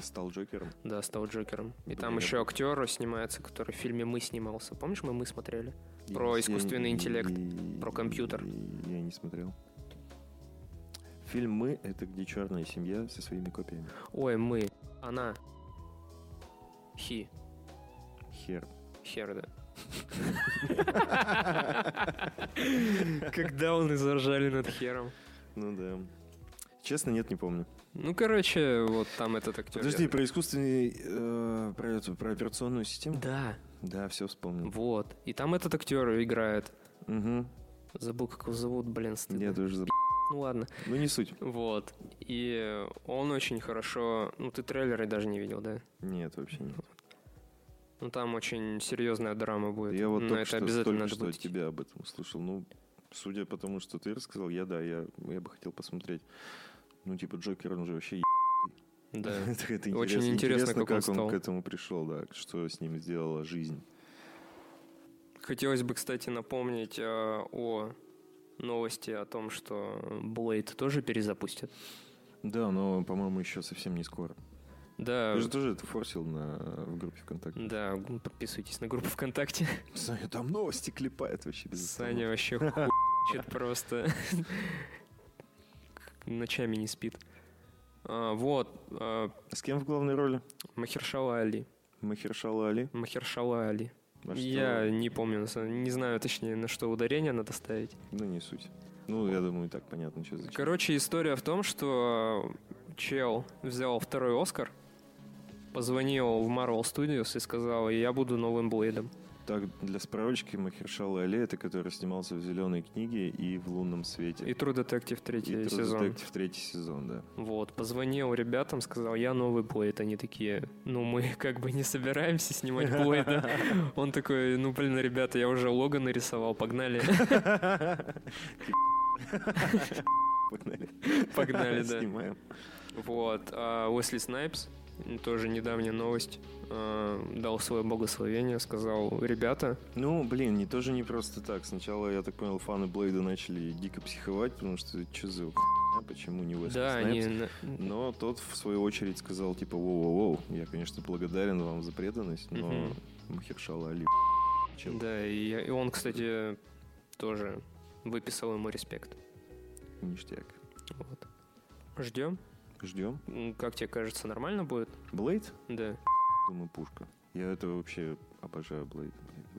Speaker 1: Стал Джокером.
Speaker 2: да, стал Джокером. И там
Speaker 1: Блин.
Speaker 2: еще актер снимается, который в фильме «Мы» снимался. Помнишь, мы «Мы» смотрели?
Speaker 1: Я
Speaker 2: Про
Speaker 1: не- я
Speaker 2: искусственный
Speaker 1: не-
Speaker 2: интеллект,
Speaker 1: и-
Speaker 2: про компьютер.
Speaker 1: и- Я не смотрел. Фильм «Мы» — это где черная семья со своими копиями.
Speaker 2: Ой, «Мы». Она. Хи.
Speaker 1: Хер.
Speaker 2: Херда. Когда он изоржали над хером.
Speaker 1: Ну да. Честно, нет, не помню.
Speaker 2: Ну, короче, вот там этот актер.
Speaker 1: Подожди, про искусственный... э, про, эту- про операционную систему?
Speaker 2: Да,
Speaker 1: Да, все вспомнил.
Speaker 2: вот. И там этот актер играет.
Speaker 1: Угу.
Speaker 2: Забыл, как его зовут, блин, стыдно.
Speaker 1: Я тоже забыл.
Speaker 2: Ну ладно.
Speaker 1: Типа. Ну, не суть.
Speaker 2: Вот. И он очень хорошо... Ну, ты трейлеры даже не видел, да?
Speaker 1: Нет, вообще нет.
Speaker 2: Ну, там очень серьезная драма будет.
Speaker 1: Я вот Ну,
Speaker 2: Но
Speaker 1: только
Speaker 2: это
Speaker 1: что,
Speaker 2: обязательно
Speaker 1: только
Speaker 2: надо
Speaker 1: что от
Speaker 2: будет...
Speaker 1: тебя об этом услышал. Ну, судя по тому, что ты рассказал, я да, я, я бы хотел посмотреть. Ну, типа, Джокер, он же вообще
Speaker 2: Да.
Speaker 1: это интересно.
Speaker 2: Очень интересно, как он
Speaker 1: как он,
Speaker 2: стал.
Speaker 1: к этому пришел, да, что с ним сделала жизнь.
Speaker 2: Хотелось бы, кстати, напомнить э, о новости о том, что Blade тоже перезапустят.
Speaker 1: Да, но, по-моему, еще совсем не скоро.
Speaker 2: Да,
Speaker 1: Ты же тоже это форсил на, в группе ВКонтакте.
Speaker 2: да, г- подписывайтесь на группу ВКонтакте.
Speaker 1: Саня там новости клепает вообще без
Speaker 2: Саня вообще хуйчит просто. Ночами не спит. А, Вот, а,
Speaker 1: остановки. С кем в главной роли?
Speaker 2: Махершала Али.
Speaker 1: Махершала Али.
Speaker 2: Махершала Али.
Speaker 1: А что?
Speaker 2: Я не помню, на самом- не знаю точнее, на что ударение надо ставить.
Speaker 1: Ну, не суть. Ну, я думаю, и так понятно, что за чё.
Speaker 2: Короче, история в том, что э, чел взял второй Оскар, позвонил в Marvel Studios и сказал, я буду новым Блейдом.
Speaker 1: Так, для справочки, Махершала Али, это который снимался в «Зеленой книге» и в «Лунном свете».
Speaker 2: И True Detective третий
Speaker 1: «True
Speaker 2: сезон.
Speaker 1: Detective» третий сезон, да.
Speaker 2: Вот, позвонил ребятам, сказал, я новый Блейд. Они такие, ну мы как бы не собираемся снимать Блейда. Он такой, ну блин, ребята, я уже лого нарисовал, погнали.
Speaker 1: Погнали.
Speaker 2: Погнали, да.
Speaker 1: Снимаем.
Speaker 2: Вот, а Уэсли Снайпс, тоже недавняя новость, э, дал свое благословение, сказал, ребята,
Speaker 1: Ну, блин, не тоже не просто так. Сначала, я так понял, фаны Блейда начали дико психовать, потому что что за хуйня, почему не Уэсли
Speaker 2: да,
Speaker 1: Снайпс?
Speaker 2: они на-
Speaker 1: Но тот, в свою очередь, сказал, типа, воу-воу-воу, я, конечно, благодарен вам за преданность, но
Speaker 2: Мгм.
Speaker 1: Махершала Али, чел.
Speaker 2: Да, и, я- и он, кстати, тоже выписал ему респект.
Speaker 1: ништяк.
Speaker 2: Вот. Ждем.
Speaker 1: Ждем.
Speaker 2: М, Как тебе кажется, нормально будет?
Speaker 1: Блейд?
Speaker 2: Да.
Speaker 1: Думаю, пушка. Я это вообще обожаю Блейд.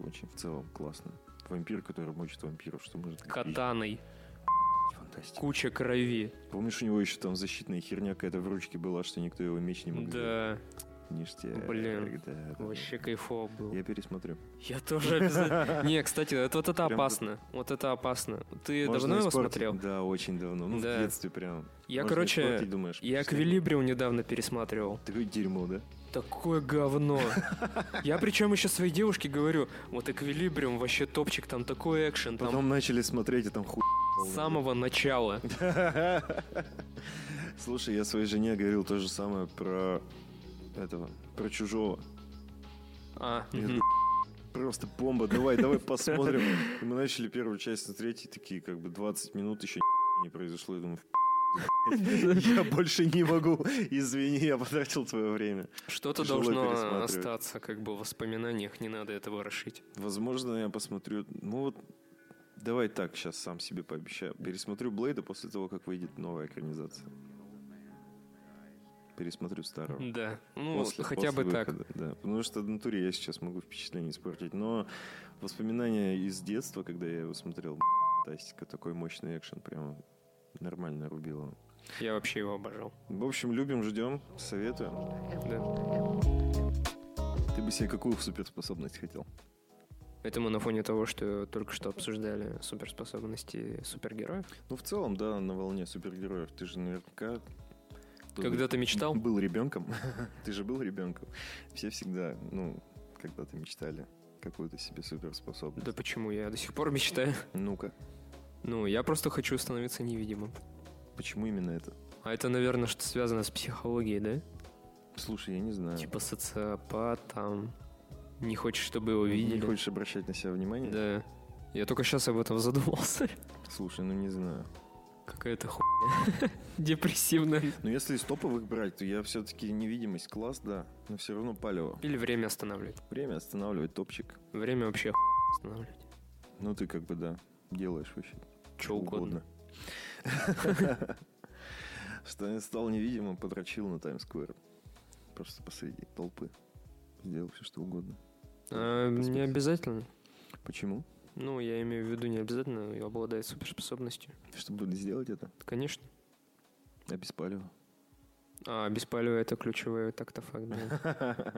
Speaker 1: Очень в целом классно. Вампир, который мочит вампиров, что может быть
Speaker 2: Катаной,
Speaker 1: Фантастика.
Speaker 2: куча крови.
Speaker 1: Помнишь, у него еще там защитная херня какая-то в ручке была, что никто его меч не мог взять?
Speaker 2: Да,
Speaker 1: Ништяк.
Speaker 2: Блин,
Speaker 1: да, да, да.
Speaker 2: вообще кайфово было.
Speaker 1: Я пересмотрю.
Speaker 2: Я тоже обязательно... Не, кстати, это- вот это
Speaker 1: Прям
Speaker 2: опасно. Вот это опасно. Ты
Speaker 1: Можно
Speaker 2: давно его
Speaker 1: испортить.
Speaker 2: смотрел?
Speaker 1: Да, очень давно. Ну,
Speaker 2: Да.
Speaker 1: в детстве прям.
Speaker 2: Я,
Speaker 1: Можно
Speaker 2: короче,
Speaker 1: испортить, думаешь,
Speaker 2: я
Speaker 1: пусть они-
Speaker 2: Эквилибриум недавно пересматривал.
Speaker 1: Такое дерьмо, да?
Speaker 2: Такое говно. Я причем еще своей девушке говорю, вот Эквилибриум вообще топчик, там такой экшен, там
Speaker 1: Потом начали смотреть, и там хуй.
Speaker 2: с самого начала.
Speaker 1: Слушай, я своей жене говорил то же самое про этого, про чужого.
Speaker 2: А,
Speaker 1: Я
Speaker 2: мгм.
Speaker 1: такой, Просто бомба, давай, давай посмотрим. И мы начали первую часть смотреть, и такие, как бы 20 минут еще ни не произошло. Я думаю, «Блядь, я больше не могу. Извини, я потратил твое время.
Speaker 2: что-то
Speaker 1: тяжело
Speaker 2: должно
Speaker 1: пересматривать.
Speaker 2: остаться, как бы в воспоминаниях, не надо этого расшить.
Speaker 1: Возможно, я посмотрю. Ну вот, давай так, сейчас сам себе пообещаю. Пересмотрю Блейда после того, как выйдет новая экранизация. Пересмотрю старого.
Speaker 2: Да, ну
Speaker 1: А. После-
Speaker 2: хотя
Speaker 1: после
Speaker 2: бы так.
Speaker 1: выхода, Да, потому что в натуре я сейчас могу впечатление испортить. Но воспоминания из детства, когда я его смотрел, фантастика, такой мощный экшен, прям нормально рубило.
Speaker 2: Я вообще его обожал.
Speaker 1: В общем, любим, ждем, советуем.
Speaker 2: Да.
Speaker 1: Ты бы себе какую суперспособность хотел?
Speaker 2: Это мы на фоне того, что только что обсуждали суперспособности супергероев.
Speaker 1: Ну, в целом, да, на волне супергероев. Ты же наверняка...
Speaker 2: Когда ты мечтал?
Speaker 1: Был ребенком. ты же был ребенком. Все всегда, ну, когда-то мечтали какую-то себе суперспособность?
Speaker 2: Да почему я до сих пор мечтаю?
Speaker 1: Ну-ка,
Speaker 2: Ну, я просто хочу становиться невидимым.
Speaker 1: почему именно это?
Speaker 2: А это, наверное, что связано с психологией, да?
Speaker 1: Слушай, я не знаю.
Speaker 2: Типа социопат, там... Не хочешь, чтобы его
Speaker 1: Ну, не
Speaker 2: видели.
Speaker 1: хочешь обращать на себя внимание?
Speaker 2: Да. Я только сейчас об этом задумался.
Speaker 1: Слушай, ну не знаю.
Speaker 2: Какая-то хуйня. Депрессивная.
Speaker 1: Но Ну, если из топовых брать, то я все-таки невидимость класс, да. Но все равно палево.
Speaker 2: Или время останавливать.
Speaker 1: Время останавливать топчик.
Speaker 2: Время вообще хуй останавливать.
Speaker 1: Ну ты как бы, да, делаешь вообще.
Speaker 2: Че угодно.
Speaker 1: угодно. Что я стал невидимым, подрочил на Таймс-сквер. Просто посреди толпы. Сделал все, что угодно.
Speaker 2: А, не обязательно.
Speaker 1: Почему?
Speaker 2: Ну, я имею в виду, не обязательно обладает суперспособностью.
Speaker 1: Чтобы сделать это,
Speaker 2: Конечно.
Speaker 1: я без палева.
Speaker 2: А, беспалево это ключевой так-то факт, да.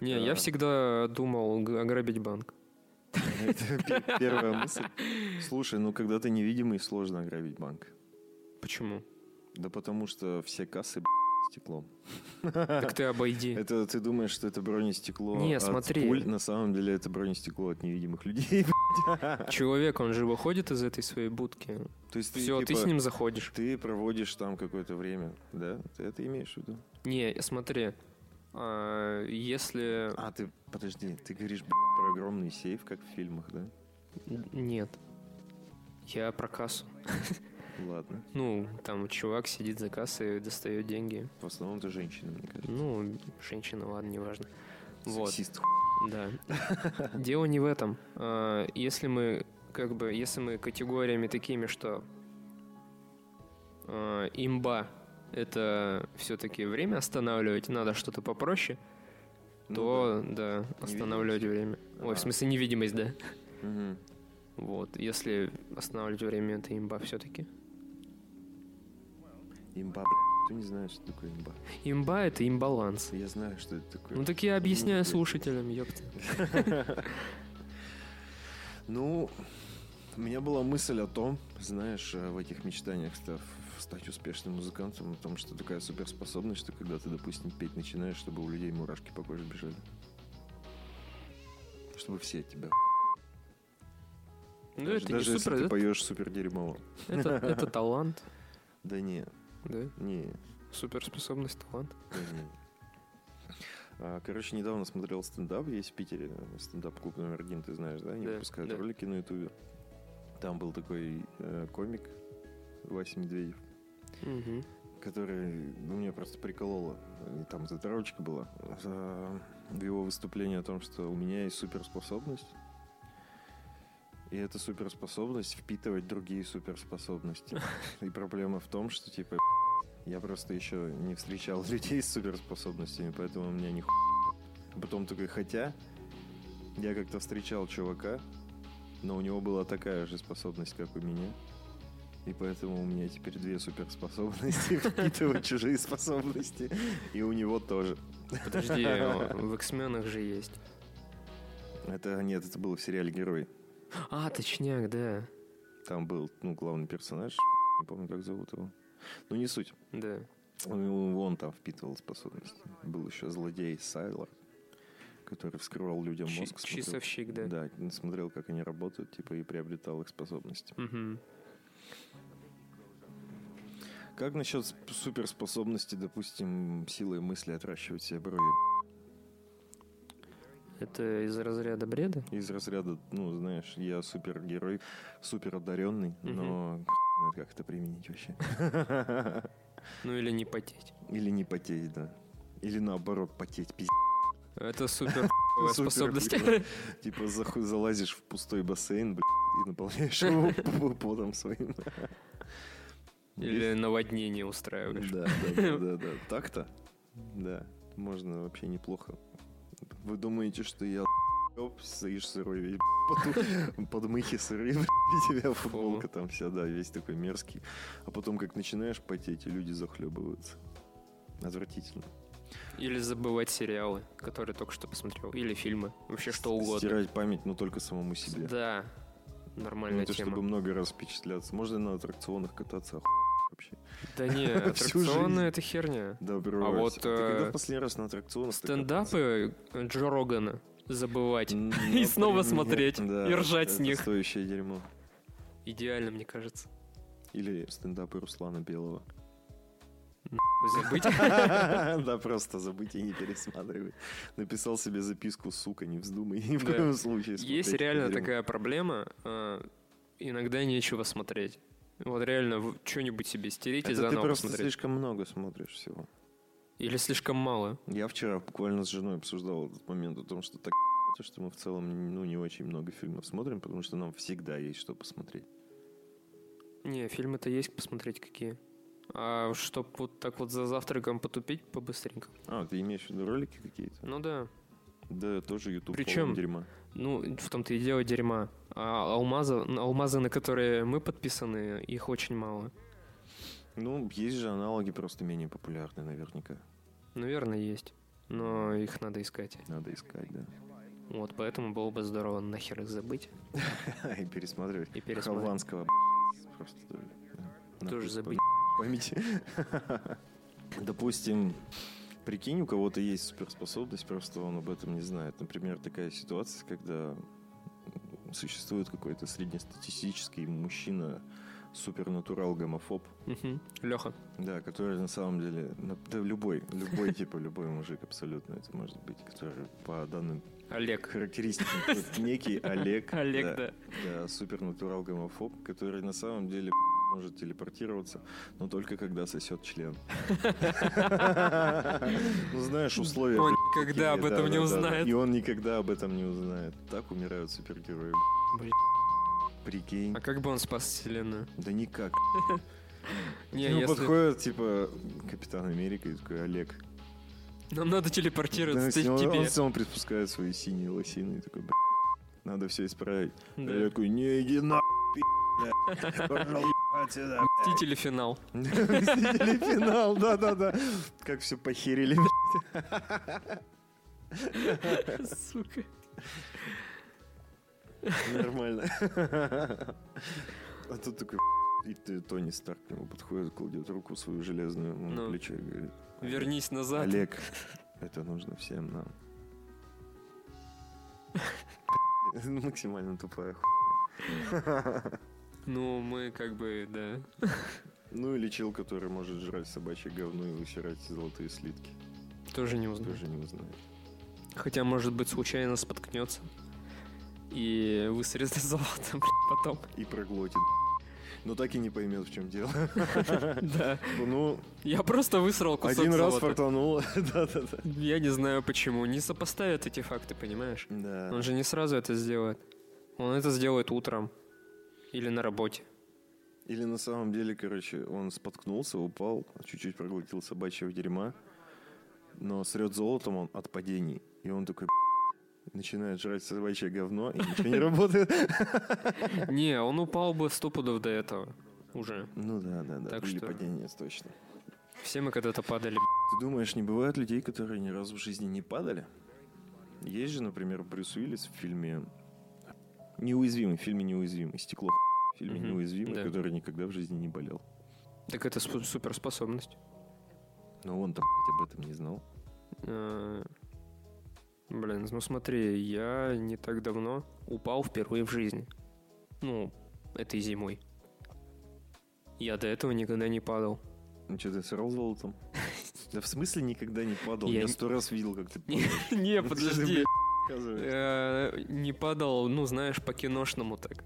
Speaker 2: Не,
Speaker 1: Да.
Speaker 2: я всегда думал г- ограбить банк.
Speaker 1: Это пе- первая мысль. Слушай, ну когда ты невидимый, сложно ограбить банк.
Speaker 2: Почему?
Speaker 1: Да потому что все кассы б***, стеклом.
Speaker 2: Так ты обойди.
Speaker 1: Это ты думаешь, что это бронестекло
Speaker 2: Не,
Speaker 1: от
Speaker 2: смотри.
Speaker 1: пуль, на самом деле это бронестекло от невидимых людей. б***ь.
Speaker 2: Человек, он же выходит из этой своей будки.
Speaker 1: То есть
Speaker 2: Все, ты
Speaker 1: типа,
Speaker 2: с ним заходишь.
Speaker 1: Ты проводишь там какое-то время, да? Ты это имеешь в виду?
Speaker 2: Не, смотри, а, если...
Speaker 1: А, ты, подожди, ты говоришь б***ь, про огромный сейф, как в фильмах, да?
Speaker 2: Нет. Я про кассу.
Speaker 1: Ладно.
Speaker 2: Ну, там чувак сидит за кассой и достает деньги.
Speaker 1: В основном это женщины, мне кажется.
Speaker 2: Ну, женщина, ладно, неважно. Вот.
Speaker 1: Сексист,
Speaker 2: Да. Дело не в этом. А, Если мы как бы, если мы категориями такими, что а, имба это все-таки время останавливать, надо что-то попроще,
Speaker 1: Ну
Speaker 2: то да, останавливать время. Ой,
Speaker 1: Ага.
Speaker 2: в смысле невидимость, да.
Speaker 1: да. Мгм.
Speaker 2: Вот, если останавливать время, это имба все-таки.
Speaker 1: Имба, б***ь. Кто не знает, что такое имба?
Speaker 2: Имба это имбаланс.
Speaker 1: Я знаю, что это такое.
Speaker 2: Ну так я объясняю
Speaker 1: Мгм.
Speaker 2: слушателям, ёпта.
Speaker 1: Ну, у меня была мысль о том, знаешь, э, в этих мечтаниях став- стать успешным музыкантом, о том, что такая суперспособность, что когда ты, допустим, петь начинаешь, чтобы у людей мурашки по коже бежали. Чтобы все от тебя.
Speaker 2: Ну
Speaker 1: даже
Speaker 2: это не
Speaker 1: даже если ты
Speaker 2: супер,
Speaker 1: поешь супер дерьмово.
Speaker 2: это- это это талант,
Speaker 1: Да не,
Speaker 2: да.
Speaker 1: не,
Speaker 2: Суперспособность, талант.
Speaker 1: да не. А, Короче, недавно смотрел стендап, есть в Питере э, стендап-клуб номер один, ты знаешь, да? Они
Speaker 2: Да,
Speaker 1: выпускают
Speaker 2: да.
Speaker 1: ролики на ютубе. Там был такой э, комик Вася Медведев.
Speaker 2: Мгм.
Speaker 1: который ну, меня просто прикололо. И там затравочка была. За его выступление о том, что у меня есть суперспособность. И эта суперспособность впитывать другие суперспособности. И проблема в том, что типа я просто еще не встречал людей с суперспособностями, поэтому у меня не А Потом такой, хотя я как-то встречал чувака, но у него была такая же способность, как у меня. И поэтому у меня теперь две суперспособности впитывать чужие способности. И у него тоже.
Speaker 2: Подожди, а в X-менах же есть.
Speaker 1: Это нет, это было в сериале Герой.
Speaker 2: А, точняк, да.
Speaker 1: Там был, ну, главный персонаж. Не помню, как зовут его. Ну, не суть.
Speaker 2: Да.
Speaker 1: Он он там впитывал способности. Был еще злодей Сайлор, который вскрывал людям
Speaker 2: Чи-
Speaker 1: мозг. смотрел-
Speaker 2: часовщик, да.
Speaker 1: Да, смотрел, как они работают, типа, и приобретал их способности.
Speaker 2: Мгм.
Speaker 1: Как насчет сп- суперспособности, допустим, силой мысли отращивать себе брови?
Speaker 2: Это из разряда бреда?
Speaker 1: Из разряда, ну, знаешь, я супергерой, супер одаренный,
Speaker 2: Мгм.
Speaker 1: но хуй знает, как это применить вообще.
Speaker 2: Ну или не потеть.
Speaker 1: Или не потеть, да. Или наоборот, потеть, пиздец.
Speaker 2: Это супер хуевая
Speaker 1: Супер
Speaker 2: способность.
Speaker 1: хуевая. Типа заху- залазишь в пустой бассейн, блядь, и наполняешь его п- потом своим.
Speaker 2: Или наводнение устраиваешь.
Speaker 1: Да, да, да, да, да. Так-то? Да. Можно вообще неплохо. Вы думаете, что я ёб, стоишь сырой, весь поту- подмыхи сырые, блядь, и тебя футболка там вся, да, весь такой мерзкий. А потом, как начинаешь потеть, и люди захлебываются. Отвратительно.
Speaker 2: Или забывать сериалы, которые только что посмотрел. Или фильмы. Вообще что угодно.
Speaker 1: Стирать память, но только самому себе.
Speaker 2: Да.
Speaker 1: Ну,
Speaker 2: Нормальная
Speaker 1: это чтобы
Speaker 2: тема.
Speaker 1: много раз впечатляться. Можно на аттракционах кататься, охуеть вообще.
Speaker 2: Да не,
Speaker 1: Всю жизнь.
Speaker 2: аттракционная это херня.
Speaker 1: Да,
Speaker 2: А
Speaker 1: прорывается.
Speaker 2: вот,
Speaker 1: Ты когда
Speaker 2: э,
Speaker 1: в последний раз на аттракционах ты катался?
Speaker 2: Стендапы Джо Рогана забывать.
Speaker 1: И
Speaker 2: И снова смотреть,
Speaker 3: Да,
Speaker 2: и ржать с
Speaker 1: это
Speaker 2: них.
Speaker 1: Стоящее дерьмо.
Speaker 2: Идеально, мне кажется.
Speaker 1: Или стендапы Руслана Белого.
Speaker 2: Вы забыть?
Speaker 1: Да, просто забыть и не пересматривать. Написал себе записку, сука, не вздумай ни в
Speaker 2: Да.
Speaker 1: коем случае.
Speaker 2: Есть
Speaker 1: смотреть это
Speaker 2: реально
Speaker 1: дерьмо.
Speaker 2: такая проблема. э, Иногда нечего смотреть. Вот реально, вы что-нибудь себе стереть и
Speaker 1: Это А ты
Speaker 2: заново
Speaker 1: просто
Speaker 2: посмотреть.
Speaker 1: слишком много смотришь всего.
Speaker 2: Или слишком мало.
Speaker 1: Я вчера буквально с женой обсуждал этот момент о том, что так то, что мы в целом ну, не очень много фильмов смотрим, потому что нам всегда есть что посмотреть.
Speaker 2: Не, фильмы-то есть посмотреть какие. А чтоб вот так вот за завтраком потупить побыстренько.
Speaker 1: А, ты имеешь в виду ролики какие-то?
Speaker 2: Ну да.
Speaker 1: Да, тоже YouTube
Speaker 2: Причем-
Speaker 1: полон дерьма.
Speaker 2: Ну, в том-то и дело дерьма. А алмазы, алмазы, на которые мы подписаны, их очень мало.
Speaker 1: Ну, есть же аналоги, просто менее популярные наверняка.
Speaker 2: Наверное, есть. Но их надо искать.
Speaker 1: Надо искать, да.
Speaker 2: Вот, поэтому было бы здорово нахер их забыть
Speaker 1: И пересматривать.
Speaker 2: и пересмотреть.
Speaker 1: Хованского, б***ь, просто тоже. да,
Speaker 2: Тоже
Speaker 1: нахуй
Speaker 2: забыть.
Speaker 1: пом- Памяти. Допустим, прикинь, у кого-то есть суперспособность, просто он об этом не знает. Например, такая ситуация, когда существует какой-то среднестатистический мужчина, супернатурал гомофоб,
Speaker 2: Леха.
Speaker 1: да, который на самом деле, на- да любой, любой типа, любой мужик абсолютно это может быть, который по данным
Speaker 2: Олег.
Speaker 1: характеристикам, вот некий Олег,
Speaker 2: Олег, да.
Speaker 1: да, супернатурал гомофоб, который на самом деле может телепортироваться, но только когда сосет член. Ну, знаешь, условия...
Speaker 2: Он
Speaker 1: такие,
Speaker 2: никогда об
Speaker 1: да,
Speaker 2: этом не
Speaker 1: да, да,
Speaker 2: узнает.
Speaker 1: И он никогда об этом не узнает. Так умирают супергерои.
Speaker 2: Блин.
Speaker 1: Прикинь.
Speaker 2: А как бы он спас вселенную?
Speaker 1: Да никак. К
Speaker 2: Не,
Speaker 1: нему
Speaker 2: если-
Speaker 1: подходит, типа, Капитан Америка и такой, Олег.
Speaker 2: Нам надо
Speaker 1: Да,
Speaker 2: телепортироваться ты
Speaker 1: с него-
Speaker 2: к тебе.
Speaker 1: Он сам приспускает свои синие лосины и такой, «Б***ь, надо все исправить. А
Speaker 2: Да.
Speaker 1: Я такой, не иди на отсюда. блядь».
Speaker 2: Мстители финал.
Speaker 1: Мстители финал, да-да-да. Как все похерили.
Speaker 2: Сука.
Speaker 1: Нормально. А тут такой и ты, Тони Старк к нему подходит, кладет руку свою железную ему на
Speaker 2: Ну.
Speaker 1: плечо и говорит.
Speaker 2: Вернись назад.
Speaker 1: Олег, это нужно всем нам. Максимально тупая хуйня.
Speaker 2: Ну, мы как бы, да.
Speaker 1: Ну или чел, который может жрать собачье говно и высирать золотые слитки.
Speaker 2: Тоже не узнаю.
Speaker 1: Тоже не узнает.
Speaker 2: Хотя, может быть, случайно споткнется. И высрезать золото, потом.
Speaker 1: И проглотит. Но так и не поймет, в чем дело.
Speaker 2: Да.
Speaker 1: Ну,
Speaker 2: Я просто высрал кусок
Speaker 1: один раз
Speaker 2: золота.
Speaker 1: фартанул. Да-да-да.
Speaker 2: Я не знаю почему. Не сопоставят эти факты, понимаешь?
Speaker 1: Да.
Speaker 2: Он же не сразу это сделает. Он это сделает утром. Или на работе.
Speaker 1: Или на самом деле, короче, он споткнулся, упал, чуть-чуть проглотил собачьего дерьма, но срет золотом он от падений. И он такой «Б***ь», начинает жрать собачье говно, и ничего не работает.
Speaker 2: Не, он упал бы сто пудов до этого. Уже.
Speaker 1: Ну да, да, да.
Speaker 2: Так
Speaker 1: Или
Speaker 2: что-
Speaker 1: падение, точно.
Speaker 2: Все мы когда-то падали.
Speaker 1: Ты думаешь, не бывает людей, которые ни разу в жизни не падали? Есть же, например, Брюс Уиллис в фильме «Неуязвимый», в фильме «Неуязвимый», «Стекло х**, в фильме
Speaker 2: Мгм,
Speaker 1: «Неуязвимый»,
Speaker 2: да.
Speaker 1: который никогда в жизни не болел.
Speaker 2: Так это су- суперспособность.
Speaker 1: Но он-то, блядь, об этом не знал.
Speaker 2: Э, Блин, ну смотри, я не так давно упал впервые в жизни. Ну, этой зимой. Я до этого никогда не падал.
Speaker 1: Ну что, ты срал золотом? Да в смысле никогда не падал?
Speaker 2: Я
Speaker 1: Я
Speaker 2: не-
Speaker 1: сто раз видел, как ты
Speaker 2: Не,
Speaker 1: падал.
Speaker 2: Не,
Speaker 1: Ну ты же,
Speaker 2: подожди.
Speaker 1: блядь, показываешь.
Speaker 2: Э, Не падал, ну, знаешь, по-киношному так.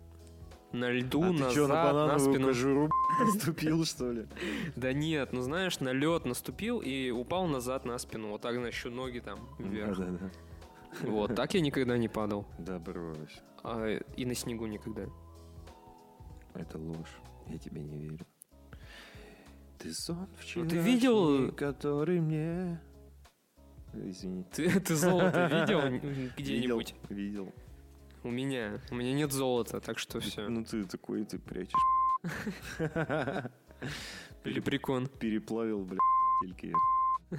Speaker 2: На льду,
Speaker 1: А ты что, на
Speaker 2: назад, на
Speaker 1: банановую
Speaker 2: спину.
Speaker 1: кожуру блядь, наступил, что ли?
Speaker 2: Да нет, ну знаешь, на лед наступил и упал назад на спину. Вот так, значит, ноги там вверх.
Speaker 1: Да-да-да.
Speaker 2: Вот так я никогда не падал.
Speaker 1: Да, бро, вообще.
Speaker 2: А, и на снегу никогда.
Speaker 1: Это ложь. Я тебе не верю. Ты сон
Speaker 2: Ну
Speaker 1: вчера.
Speaker 2: ты видел-
Speaker 1: который мне... Извини.
Speaker 2: Ты, ты золото видел где-нибудь?
Speaker 1: Видел. видел.
Speaker 2: У меня. У меня нет золота, так что все.
Speaker 1: Ну ты такой, ты прячешь.
Speaker 2: Лепрекон.
Speaker 1: Переплавил, блядь, тельки я.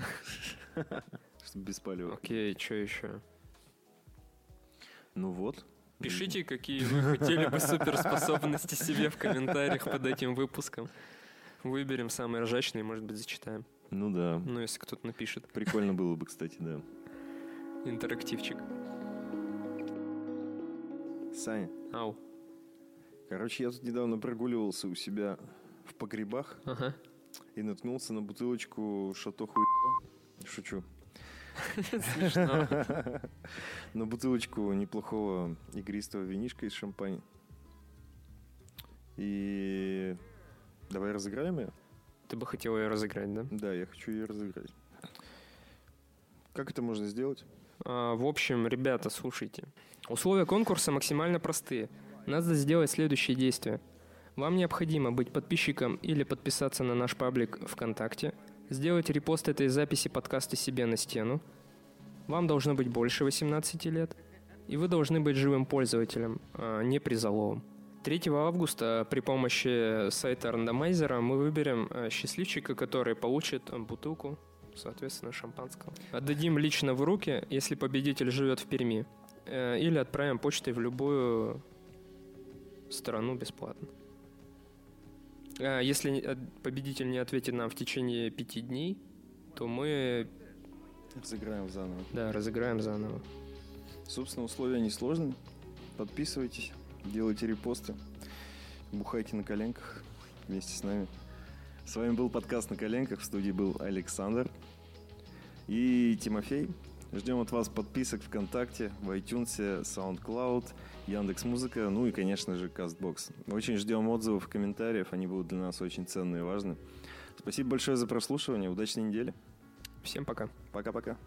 Speaker 1: Чтоб без палева.
Speaker 2: Окей, что еще?
Speaker 1: Ну вот.
Speaker 2: Пишите, какие вы хотели бы суперспособности себе в комментариях под этим выпуском. Выберем самые ржачные, может быть, зачитаем.
Speaker 1: Ну да.
Speaker 2: Ну, если кто-то напишет.
Speaker 1: Прикольно было бы, кстати, да.
Speaker 2: Интерактивчик.
Speaker 1: Саня,
Speaker 2: Ау.
Speaker 1: короче, я тут недавно прогуливался у себя в погребах
Speaker 2: Ага.
Speaker 1: и наткнулся на бутылочку шато хуй... Шучу.
Speaker 2: Смешно.
Speaker 1: На бутылочку неплохого игристого винишка из шампань. И давай разыграем ее?
Speaker 2: Ты бы хотел ее разыграть, да?
Speaker 1: Да, я хочу ее разыграть. Как это можно сделать?
Speaker 2: А, В общем, ребята, слушайте. Условия конкурса максимально простые. Надо сделать следующие действия. Вам необходимо быть подписчиком или подписаться на наш паблик ВКонтакте, сделать репост этой записи подкаста себе на стену, вам должно быть больше 18 лет, и вы должны быть живым пользователем, а не призоловым. 3 августа при помощи сайта рандомайзера мы выберем э, счастливчика, который получит э, бутылку соответственно, шампанского. Отдадим лично в руки, если победитель живет в Перми. Э, Или отправим почтой в любую страну бесплатно. А Если не- от- победитель не ответит нам в течение пяти дней, то мы
Speaker 1: Разыграем заново.
Speaker 2: да, разыграем заново.
Speaker 1: Собственно, условия несложны. Подписывайтесь, делайте репосты, бухайте на коленках вместе с нами. С вами был подкаст «На коленках». В студии был Александр и Тимофей. Ждем от вас подписок ВКонтакте, в iTunes, SoundCloud, Яндекс.Музыка, ну и, конечно же, CastBox. Очень ждем отзывов и комментариев, они будут для нас очень ценны и важны. Спасибо большое за прослушивание, удачной недели.
Speaker 2: Всем пока.
Speaker 1: Пока-пока.